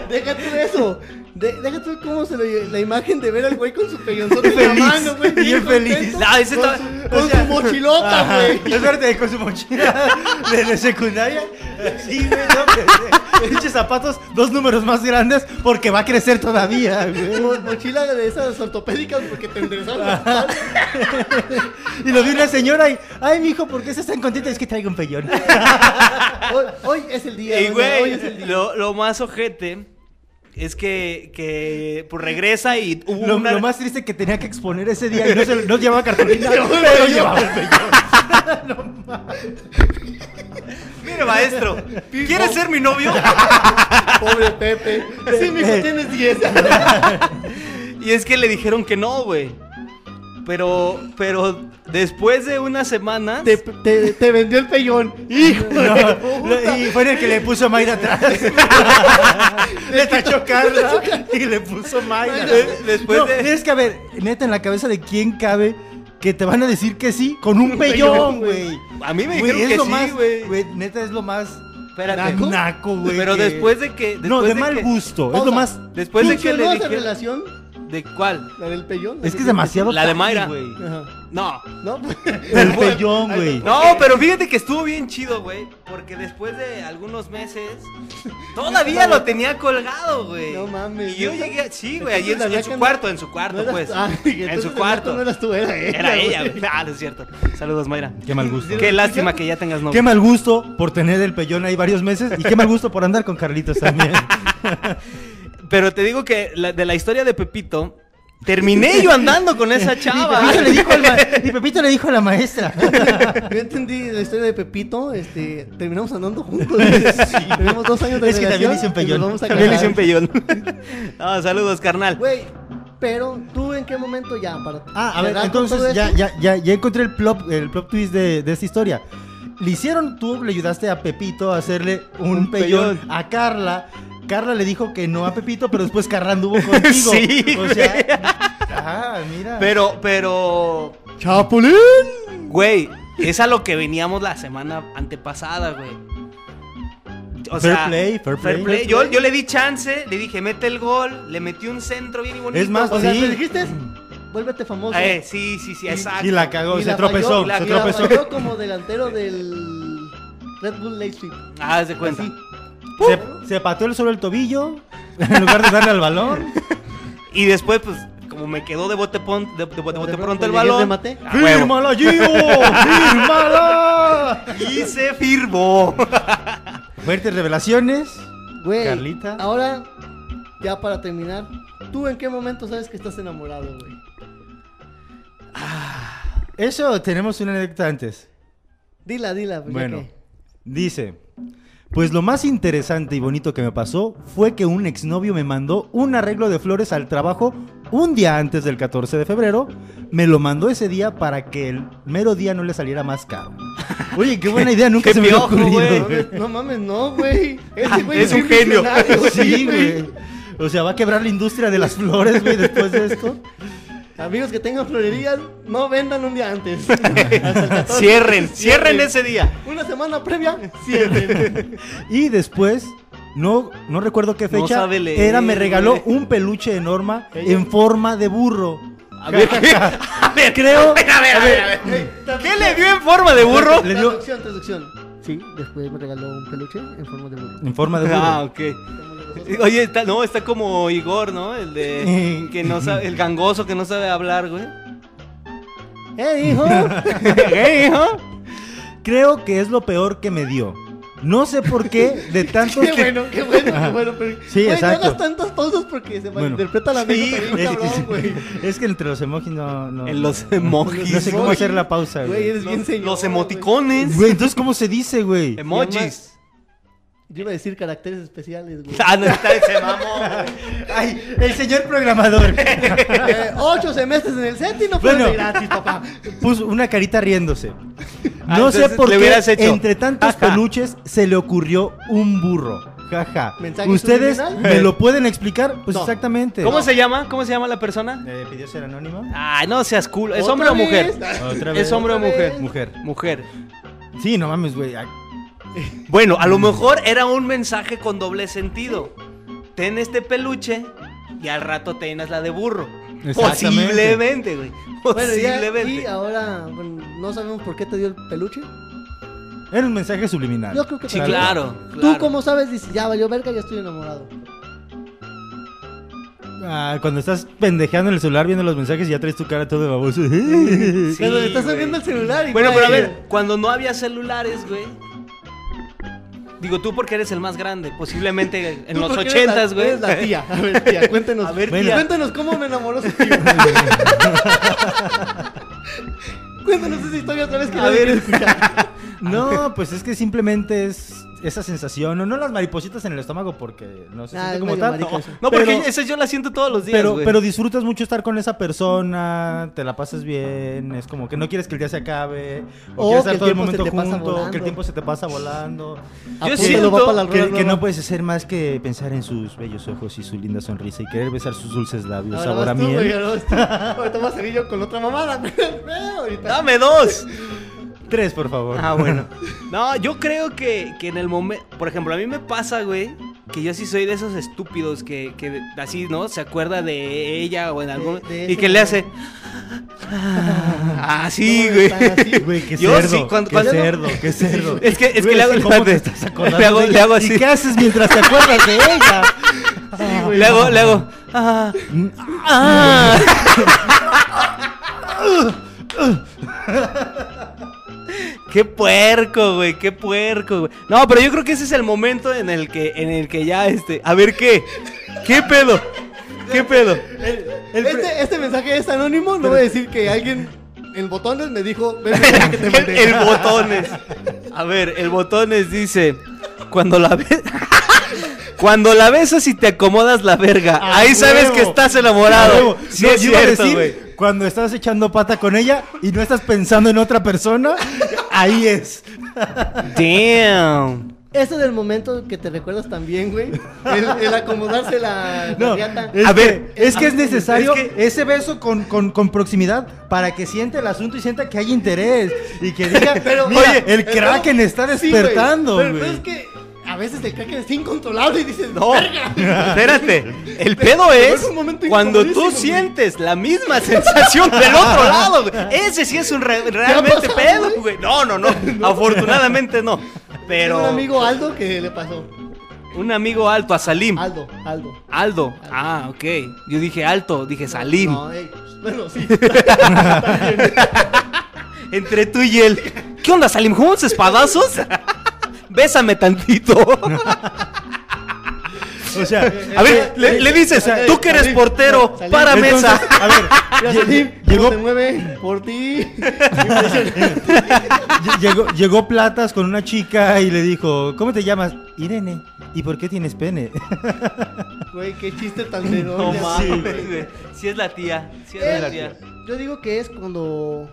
S2: Deja tú eso. De, deja tú cómo se lo lle- la imagen de ver al güey con su pellonzote en
S3: Feliz,
S2: la mano, güey.
S3: bien feliz.
S2: contento,
S3: Ah,
S1: No, ese
S2: con
S1: estaba-
S2: su,
S1: o
S2: con
S3: sea-
S2: su mochilota,
S3: Ajá.
S2: güey.
S3: Espérate, con su mochila de, de secundaria. Sí, güey, no, güey. Pinches zapatos, dos números más grandes, porque va a crecer todavía, güey.
S2: Mo- Mochila de esas ortopédicas porque te enderezaron la espalda.
S3: Y lo vi una señora y, ay, mijo, ¿por qué se están contentos? Es que traigo un pellón.
S2: Hoy, hoy es el día.
S1: y
S2: doña, hoy es el
S1: güey,
S2: día.
S1: lo, lo más ojete es que, que pues, regresa y hubo
S3: Lo,
S1: una...
S3: lo más triste que tenía que exponer ese día y no, se, no llevaba cartulina.
S2: Yo-
S3: pero
S2: yo-
S3: llevaba el pecho.
S1: Mire, maestro, ¿quieres ser mi novio?
S2: Pobre Pepe. Sí, mijo, tienes 10.
S1: Y es que le dijeron que no, güey. Pero, pero después de unas semanas...
S2: Te, te- te vendió el pellón. Hijo de puta.
S3: Y fue en el que le puso Mayra atrás. le tachó Carla y le puso Mayra.
S1: De- después
S3: No,
S1: Pues de-
S3: Es que, a ver, neta, en la cabeza de quién cabe que te van a decir que sí con un
S2: pellón,
S3: pellón,
S2: güey.
S3: güey.
S1: A mí me
S3: Güey,
S1: dijeron
S3: es
S1: que
S3: lo
S1: sí,
S3: más,
S1: güey.
S3: Neta, es lo más
S1: Espérate.
S3: naco, naco, güey.
S1: Pero
S3: que-
S1: después de que... Después
S3: No, de,
S1: que-
S3: mal gusto. Es
S2: Pausa.
S3: lo más...
S1: Después de que le
S2: ¿Funcionó esa
S1: dije...
S2: relación?
S1: ¿De cuál?
S2: La del pellón.
S3: Es que es demasiado...
S1: La de
S3: tacky,
S1: Mayra.
S3: güey.
S2: Ajá.
S1: No.
S2: No, pues.
S3: El pellón, güey.
S1: No, pero fíjate que estuvo bien chido, güey. Porque después de algunos meses, todavía lo tenía colgado, güey.
S2: No mames.
S1: Y yo llegué, sí, güey,
S2: Entonces
S1: allí en, su-
S2: la
S1: en
S2: vieja
S1: su
S2: no-
S1: cuarto, en su cuarto,
S2: No eras-
S1: pues.
S2: Ah,
S1: en
S2: entonces
S1: su
S2: el vato
S1: cuarto.
S2: No eras tú, era ella.
S1: Era
S2: güey.
S1: ella, güey. Ah, no es cierto. Saludos, Mayra.
S3: Qué mal gusto.
S1: Qué lástima que ya tengas
S3: Qué
S1: novio.
S3: mal gusto por tener el pellón ahí varios meses y qué mal gusto por andar con Carlitos también.
S1: Pero te digo que la- de la historia de Pepito, terminé yo andando con esa chava.
S3: Pepito le dijo al ma- y Pepito le dijo a la maestra.
S2: Yo entendí la historia de Pepito, este, terminamos andando juntos. Tenemos dos años de
S3: Es que también
S2: relación
S3: hice un
S2: y
S3: pellón.
S2: nos vamos a
S1: También le hice un
S2: casar.
S1: pellón. No, saludos, carnal.
S2: Güey, pero tú en qué momento ya para
S3: Ah, a ver,
S2: cerrar con todo
S3: entonces ya,
S2: esto?
S3: ya, ya, ya encontré el plop, el plot twist de, de esta historia. Le hicieron, tú le ayudaste a Pepito a hacerle un,
S1: Un
S3: pellón,
S1: pellón.
S3: a Carla. Carla le dijo que no a Pepito, pero después Carla anduvo contigo.
S1: Sí,
S3: o sea, ah, mira.
S1: Pero, pero.
S2: ¡Chapulín!
S1: Güey, es a lo que veníamos la semana antepasada, güey. O
S3: Fair play, fair play.
S1: Yo, yo le di chance, le dije, mete el gol, le metí un centro bien y bonito.
S3: Es más,
S2: O sea,
S3: sí.
S2: ¿te dijiste? Vuélvete famoso.
S1: Eh, sí, sí, sí, exacto.
S3: y la cagó,
S2: Y
S3: se
S2: la
S3: tropezó,
S2: falló, la-
S3: se
S2: y la
S3: tropezó.
S2: falló como delantero del Red Bull Leipzig.
S1: Ah, haz de cuenta.
S2: Así.
S3: Se, se pateó el solo el tobillo en lugar de darle al balón.
S1: Y después, pues, como me quedó de bote, pon- de, de- de bote
S2: pronto
S1: pronto el
S2: llegué y
S1: balón.
S2: rematé.
S1: a huevo.
S3: Gio! ¡Fírmala!
S1: Y se firmó.
S3: Fuertes revelaciones.
S2: Güey,
S3: Carlita.
S2: ahora, ya para terminar, ¿tú en qué momento sabes que estás enamorado, güey?
S3: Eso tenemos una anécdota antes.
S2: Dila, dila. pues, ya
S3: Bueno,
S2: que-
S3: dice. Pues lo más interesante y bonito que me pasó fue que un exnovio me mandó un arreglo de flores al trabajo un día antes del 14 de febrero. Me lo mandó ese día para que el mero día no le saliera más caro. Oye, qué buena idea, nunca
S1: Qué
S3: se me había
S1: piojo,
S3: ocurrido.
S1: güey.
S2: No mames, No mames, no, güey. Ese güey
S1: Es un genio.
S2: visionario, güey.
S3: Sí, güey. O sea, va a quebrar la industria de las flores, güey, después de esto.
S2: Amigos que tengan florerías, no vendan un día antes. Hasta el 14.
S1: cierren, cierren ese día.
S2: Una semana previa, cierren.
S3: Y después, no, no recuerdo qué
S1: No
S3: fecha,
S1: sabe leer,
S3: era, me regaló
S1: güey.
S3: un peluche de Norma
S2: Ella-
S3: en forma de burro.
S1: A ver, a ver, creo. A ver, a ver, a ver. ¿Qué le dio en forma de burro?
S3: Le dio
S2: Traducción, traducción. Sí, después me regaló un peluche en forma de burro.
S3: en forma de burro.
S1: Ah, ok. Oye, está, no, está como Igor, ¿no? El de que no sabe, el gangoso que no sabe hablar, güey.
S2: ¡Eh, hijo!
S1: ¿Qué, hijo?
S3: Creo que es lo peor que me dio. No sé por qué de tantos
S2: ¡Qué
S3: que-
S2: bueno, qué bueno, qué bueno! Pero,
S3: Sí,
S2: Güey,
S3: exacto.
S2: No hagas tantas pausas porque se
S3: Bueno.
S2: malinterpreta la
S1: Sí,
S2: vida.
S3: Es,
S2: cabrón, güey.
S3: es que entre los emojis no, no-
S1: En los emojis.
S3: no sé cómo
S2: Emoji.
S3: hacer la pausa,
S2: Güey,
S3: güey.
S2: eres bien
S1: Los,
S2: señor,
S1: los
S2: güey.
S1: emoticones.
S3: Güey, entonces cómo se dice, güey.
S1: Emojis.
S2: Yo iba a decir caracteres especiales, güey.
S1: Ah, no, está ese mamón.
S3: Ay, el señor programador
S2: Eh, ocho semestres en el CETI no fue
S3: Bueno.
S2: de gratis, papá.
S3: puso una carita riéndose.
S1: Ah,
S3: No sé
S1: entonces
S3: por
S1: le
S3: qué
S1: hubieras hecho.
S3: entre tantos
S1: Ajá.
S3: peluches se le ocurrió un burro. Jaja.
S2: ¿Mensaje
S3: ¿Ustedes
S2: subliminal?
S3: me lo pueden explicar? Pues
S2: No.
S3: exactamente.
S1: ¿Cómo se llama? ¿Cómo se llama la persona?
S3: Eh, ¿Pidió ser anónimo?
S1: Ay, no seas cool. ¿Es
S2: ¿Otra
S1: hombre o
S2: vez?
S1: mujer?
S3: Otra
S1: ¿Es hombre o
S2: Otra
S1: mujer?
S2: vez.
S3: Mujer.
S1: Mujer.
S3: Sí, no mames, güey. Ah,
S1: Bueno, a lo mejor era un mensaje con doble sentido. Ten este peluche y al rato te llenas la de burro.
S3: Exactamente.
S1: Posiblemente, güey.
S2: Bueno, ya,
S1: Posiblemente.
S2: y ahora, bueno, no sabemos por qué te dio el peluche.
S3: Era un mensaje subliminal.
S2: Yo creo que
S1: Sí,
S2: tal vez.
S1: claro.
S2: Tú,
S1: claro.
S2: como sabes, dices, ya valió verga, ya estoy enamorado.
S3: Ah, cuando estás pendejeando en el celular viendo los mensajes y ya traes tu cara todo baboso.
S1: Sí,
S2: Pero estás
S1: güey.
S2: viendo el celular y
S1: Bueno,
S2: güey,
S1: pero a ver, cuando no había celulares, güey. Digo, tú porque eres el más grande, posiblemente en
S2: ¿Tú
S1: los
S2: por qué eres la-
S1: ochentas, güey.
S2: eres la tía. A ver, tía, cuéntenos.
S1: A ver,
S2: Bueno.
S1: tía.
S2: Cuéntenos cómo me enamoró su tío. cuéntanos esa historia otra vez que
S1: A
S2: nadie
S1: ver.
S2: quiere escuchar.
S3: No, pues es que simplemente es esa sensación, no, no las maripositas en el estómago porque no se
S2: Ah,
S3: siente
S2: es
S3: como
S2: medio
S3: tal.
S2: marica
S3: no,
S2: eso.
S1: No, porque
S3: pero-
S1: esa yo la siento todos los días,
S3: Pero,
S1: güey.
S3: pero disfrutas mucho estar con esa persona, te la pasas bien, es como que no quieres que el día se acabe, o,
S2: O
S3: quieres
S2: que el
S3: estar todo el
S2: tiempo se
S3: momento
S2: te pasa
S3: junto,
S2: volando.
S3: que el tiempo se te pasa volando.
S2: Apúntalo,
S1: siento
S2: va para la rueda
S3: Que, que
S2: nueva.
S3: no puedes hacer más que pensar en sus bellos ojos y su linda sonrisa y querer besar sus dulces labios,
S2: Ahora
S3: sabor a
S2: vas tú, güey,
S3: miel.
S2: ahora vas tú. Ahorita vas a salir yo con otra mamada. Veo ahorita.
S1: ¡Dame dos!
S3: Tres, por favor.
S1: Ah, bueno. No, yo creo que, que en el momento. Por ejemplo, a mí me pasa, güey, que yo sí soy de esos estúpidos que, que así, ¿no? Se acuerda de ella o en algún.
S2: de
S1: y
S2: ese
S1: que le hace.
S2: momento.
S1: Así,
S2: No,
S1: güey.
S2: están así.
S3: Güey, qué
S1: Yo
S3: cerdo,
S1: sí, cuando-
S3: qué
S1: cuando-
S3: cerdo, qué cerdo.
S1: Es que, es que
S3: Güey,
S1: le hago,
S3: ¿cómo te
S1: espérate.
S3: estás acordando
S1: le hago,
S3: de
S1: le hago
S3: ella?
S1: así.
S3: ¿Y qué haces mientras te acuerdas de ella?
S1: Le hago, le hago. "Ah, ah". Qué puerco, güey, qué puerco, güey. No, pero yo creo que ese es el momento en el que, en el que ya, este, a ver qué, qué pedo, qué pedo.
S3: El pre-
S2: este, este mensaje es anónimo, no voy a decir que alguien en botones me dijo, "Ve el mensaje que te
S1: El,
S2: mandé".
S1: el botones. A ver, el botones dice, cuando la ves, cuando la besas y te acomodas la verga,
S3: ¡A
S1: ahí sabes
S3: huevo!
S1: que estás enamorado.
S3: Huevo.
S1: Sí
S3: No,
S1: es
S3: yo iba a
S1: cierto,
S3: decir,
S1: güey.
S3: Cuando estás echando pata con ella y no estás pensando en otra persona, ahí es.
S1: Damn.
S2: Ese del momento que te recuerdas también, güey. El, el acomodarse la,
S3: No,
S2: la riata.
S3: es
S1: A
S3: a
S1: ver,
S3: ver, es que es necesario
S1: es que-
S3: ese beso con, con, con proximidad para que siente el asunto y sienta que hay interés y que diga,
S2: Pero,
S3: mira,
S2: oye,
S3: el Kraken
S2: pero-
S3: está
S2: Sí, güey,
S3: despertando.
S2: pero,
S3: güey".
S2: pero es que a veces el Kraken es incontrolable y dices,
S1: No,
S2: "Verga".
S1: espérate. El pedo
S2: Pero
S1: es
S2: es un momento
S1: cuando tú
S2: incomodísimo, güey.
S1: sientes la misma sensación del otro lado, güey. Ese sí es un re- realmente
S2: pasado,
S1: pedo,
S2: güey?
S1: güey. No, no, no. Afortunadamente no. Pero
S2: Tengo un amigo Aldo que le pasó.
S1: alto a Salim.
S2: Aldo, Aldo.
S1: Aldo. Ah, ok. Yo dije alto, dije Salim.
S2: No, ey, bueno, sí.
S1: Entre tú y él. ¿Qué onda, Salim? ¿Jugamos espadazos? Bésame tantito.
S3: O sea,
S1: A ver, le, le dices,
S2: Ey,
S1: tú que eres
S2: Salim,
S1: portero,
S2: Salim,
S1: para
S3: entonces,
S1: mesa.
S3: a ver,
S2: Mira, Salim, ¿cómo
S3: llegó-
S2: te mueve por ti.
S3: lle- llegó, llegó Platas con una chica y le dijo, ¿cómo te llamas? Irene. ¿Y por qué tienes
S2: Pues
S3: pene?
S2: Güey, qué chiste tan de
S1: No
S2: doña.
S1: mames, güey. Si es la tía. Si es la
S2: Es-
S1: tía.
S2: Yo digo que es cuando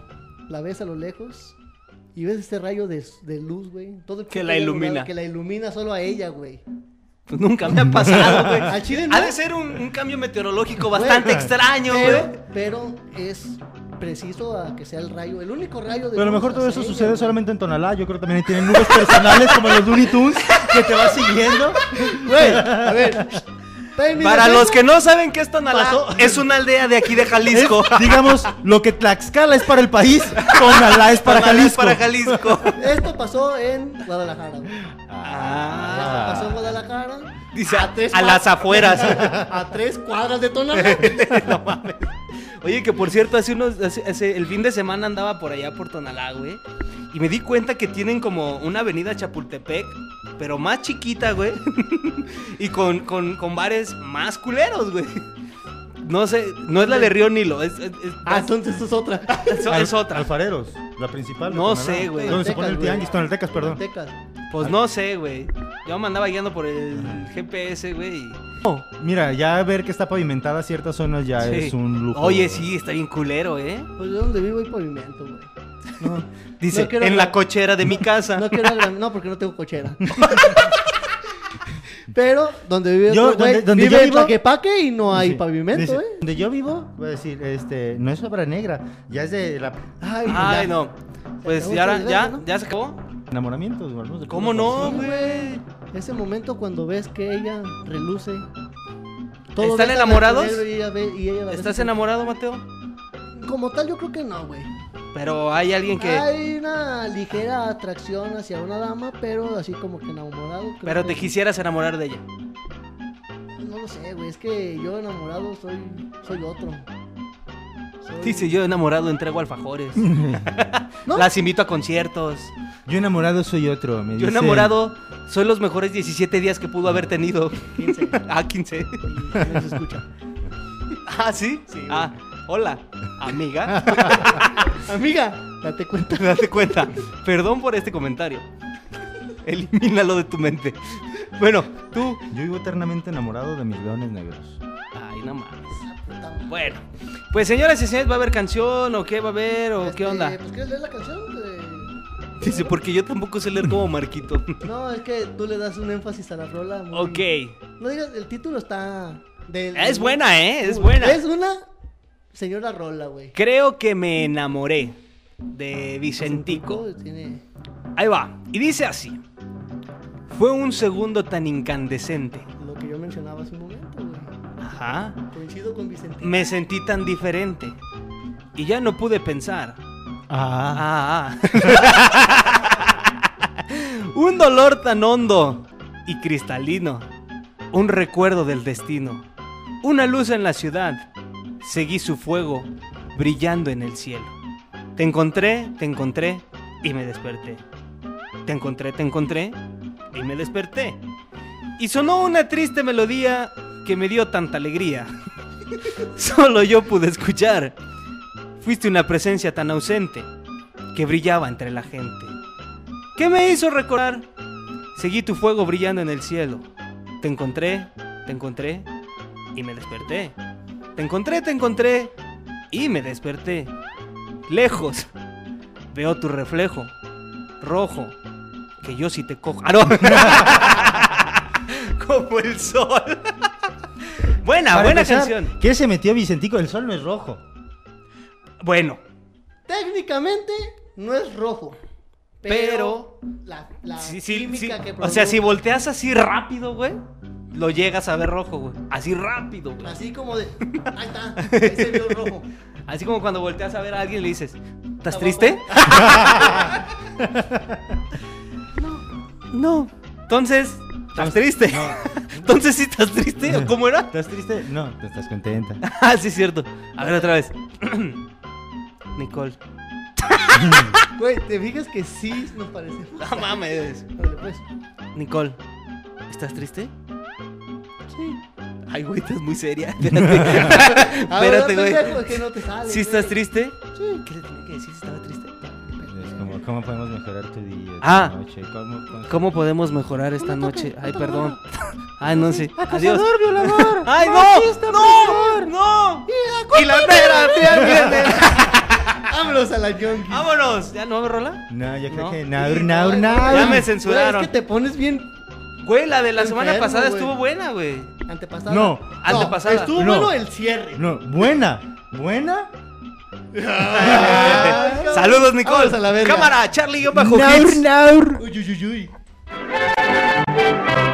S2: la ves a lo lejos y ves este rayo de, de luz, güey. Todo el
S1: Que
S2: puto
S1: la
S2: día
S1: ilumina.
S2: nublado, Que la ilumina solo a ella, güey.
S1: Pues nunca me ha pasado, güey.
S2: Al chile
S1: Ha
S2: no.
S1: de ser un, un cambio meteorológico bastante
S2: Güey,
S1: extraño, güey.
S2: Pero, pero es preciso a que sea el rayo, el único rayo de
S3: Pero a lo
S2: luz
S3: mejor todo
S2: hacia
S3: eso
S2: ella,
S3: sucede
S2: güey.
S3: solamente en Tonalá. Yo creo que también ahí tienen nubes personales como los Looney Tunes que te vas siguiendo.
S2: Güey, a ver. Está en mi
S1: Para
S2: defensa.
S1: los que no saben qué es Tonalá,
S2: Pasó.
S1: es una aldea de aquí de
S3: Es,
S1: Jalisco.
S3: ¿Eh? digamos, lo que Tlaxcala es para el país, Tonalá es para
S1: Tonalá es
S3: Jalisco.
S1: para Jalisco.
S2: Esto pasó en Guadalajara, güey. Esto pasó en
S1: Ah.
S2: Guadalajara.
S1: Dice, a,
S2: tres
S1: a las
S2: cuadras-
S1: afueras.
S2: a tres cuadras de Tonalá.
S1: No mames. Oye, que por cierto, hace unos. hace- hace- el fin de semana andaba por allá por Tonalá, güey. Y me di cuenta que tienen como una avenida Chapultepec, pero más chiquita, güey. y con, con, con bares más culeros, güey. No sé, no es la de Río Nilo, es, es- es-
S2: Ah, entonces esto es otra.
S1: es-
S3: Al-
S1: es otra.
S3: Alfareros, la principal. de
S1: No
S3: Tonalá.
S1: sé, güey.
S3: ¿Dónde se pone el
S2: Tonaltecas,
S3: tianguis?
S2: güey.
S3: Tonaltecas, perdón.
S2: Tecas.
S1: Pues no sé, güey. Yo me andaba guiando por el GPS, güey. y-
S3: Mira, ya ver que está pavimentada ciertas zonas ya
S1: Sí.
S3: es un lujo.
S1: Oye, sí, está bien culero, ¿eh?
S2: Pues yo donde vivo hay pavimento, güey.
S3: No.
S1: Dice,
S2: No quiero
S1: en la
S2: hablar.
S1: cochera de mi casa.
S2: No quiero agran- no, porque no tengo cochera. Pero donde vive
S3: Yo-
S2: otro güey,
S3: donde- donde
S2: vive
S3: yo
S2: en
S3: vivo-
S2: Tlaquepaque y no hay
S3: Dice-
S2: pavimento, ¿eh?
S3: dice,
S1: eh.
S2: güey.
S3: Donde yo vivo, voy a decir, este, no es obra negra, ya es de la
S2: Ay,
S1: Ay,
S2: ya.
S1: no. Pues
S2: acabó
S1: ya,
S2: todo el
S1: ya,
S2: verga, ¿no?
S1: ya se acabó.
S3: enamoramientos. o algunos de
S1: ¿Cómo no,
S3: cosas.
S1: güey?
S2: Ese momento cuando ves que ella reluce.
S1: ¿Están
S2: ves a blanco y
S1: enamorados?
S2: negro Y ella ve- y ella la
S1: ¿Estás
S2: ve-
S1: enamorado, Mateo?
S2: Como tal, yo creo que no, güey.
S1: Pero hay alguien que...
S2: Hay una ligera atracción hacia una dama, pero así como que enamorado. creo
S1: Pero
S2: que-
S1: te quisieras enamorar de ella.
S2: No lo sé, güey. Es que yo enamorado soy, soy otro. Soy-
S1: Dice, yo enamorado entrego alfajores.
S2: ¿No?
S1: Las invito a conciertos.
S3: Yo enamorado soy otro. Me
S1: Yo
S3: dice-
S1: enamorado soy los mejores 17 días que pudo haber tenido.
S2: 15.
S1: Ah, 15.
S2: Y no se escucha.
S1: Ah, ¿sí?
S2: Sí, güey.
S1: Ah, hola, amiga.
S2: Amiga, date cuenta.
S1: Date cuenta. Perdón por este comentario. Elimínalo de tu mente. Bueno, tú.
S3: Yo vivo eternamente enamorado de mis leones negros.
S1: Ay, no mames. Bueno, pues señoras y señores, ¿va a haber canción o qué va a haber o
S2: Este,
S1: qué onda?
S2: Pues quieres leer la canción. Eh,
S1: Dice, porque yo tampoco sé leer como Marquito.
S2: No, es que tú le das un énfasis a la rola. muy-
S1: Ok.
S2: No digas, el título está. del-
S1: Es buena, ¿eh? Es buena.
S2: Es una señora rola, güey.
S1: Creo que me enamoré de Vicentico.
S2: Tiene-
S1: Ahí va. Y dice así. Fue un segundo tan incandescente.
S2: lo que yo mencionaba hace un momento, güey.
S1: Ajá.
S2: Coincido con Vicente.
S1: Me sentí tan diferente. Y ya no pude pensar.
S3: Ah.
S1: Ah, ah. un dolor tan hondo y cristalino. Un recuerdo del destino. Una luz en la ciudad. Seguí su fuego brillando en el cielo. Te encontré, te encontré y me desperté. Te encontré, te encontré y me desperté. Y sonó una triste melodía que me dio tanta alegría. Solo yo pude escuchar. Fuiste una presencia tan ausente que brillaba entre la gente. ¿Qué me hizo recordar? Seguí tu fuego brillando en el cielo. Te encontré, te encontré y me desperté. Te encontré, te encontré y me desperté. Lejos veo tu reflejo rojo que yo sí te cojo. Ah, no. Como el sol. buena,
S3: Para
S1: buena
S3: empezar,
S1: canción.
S3: ¿Qué se metió Vicentico? El sol no es rojo.
S1: Bueno,
S2: Técnicamente no es rojo. Pero, la, la
S1: Sí, sí,
S2: química
S1: sí.
S2: que
S1: O sea,
S2: produce-
S1: si volteas así rápido, güey, lo llegas a ver rojo, güey. Así rápido, güey.
S2: Así como de. Ahí está. Ahí se vio rojo.
S1: Así como cuando volteas a ver a alguien y le dices, ¿estás
S2: Está
S1: triste? no. No. Entonces, ¿estás triste? Entonces, ¿sí estás triste? ¿O cómo era?
S3: ¿Estás triste? No, te estás contenta.
S1: Ah, sí, es cierto. A ver, otra vez. Nicole.
S2: Güey, ¿te fijas que sí nos parece?
S1: No mames.
S2: Dale, pues.
S1: Nicole, ¿estás triste? Sí. Ay, güey, estás muy seria. Espérate,
S2: Ahora,
S1: Espérate, güey.
S2: pendejo, es que no te sale.
S1: ¿Sí estás triste?
S2: Sí.
S1: ¿Qué le tenía que decir si estaba triste?
S3: Es como, ¿cómo podemos mejorar tu día? tu
S1: Ah.
S3: noche? ¿Cómo, cómo-
S1: ¿Cómo podemos mejorar esta
S2: No me
S1: noche?
S2: toques,
S1: Ay,
S2: no te
S1: perdón.
S2: toques.
S1: Ay, Ah, no sé. Adiós.
S2: Acosador, violador.
S1: ¡Ay,
S2: machista,
S1: no! ¡No! ¡No! ¡Y la terapia viene!
S2: Vámonos a la yonki.
S1: ¡Vámonos! ¿Ya no me rola?
S3: No, yo creo
S1: No.
S3: que. Naur, naur, naur.
S1: Ya me
S2: Güey,
S1: censuraron.
S2: Es que te pones bien
S1: Güey, la de la semana
S2: Enfermo,
S1: pasada
S2: güey.
S1: estuvo buena, güey.
S2: antepasada.
S3: No,
S1: antepasada.
S2: Estuvo
S3: No.
S2: bueno el cierre.
S3: No, buena. ¿Buena?
S2: Ay, cabrón.
S1: Saludos, Nicole.
S2: Vámonos a la verga.
S1: Cámara, Charlie, yo bajo
S3: Naur,
S1: hits.
S3: naur.
S2: Uy, uy, uy, uy.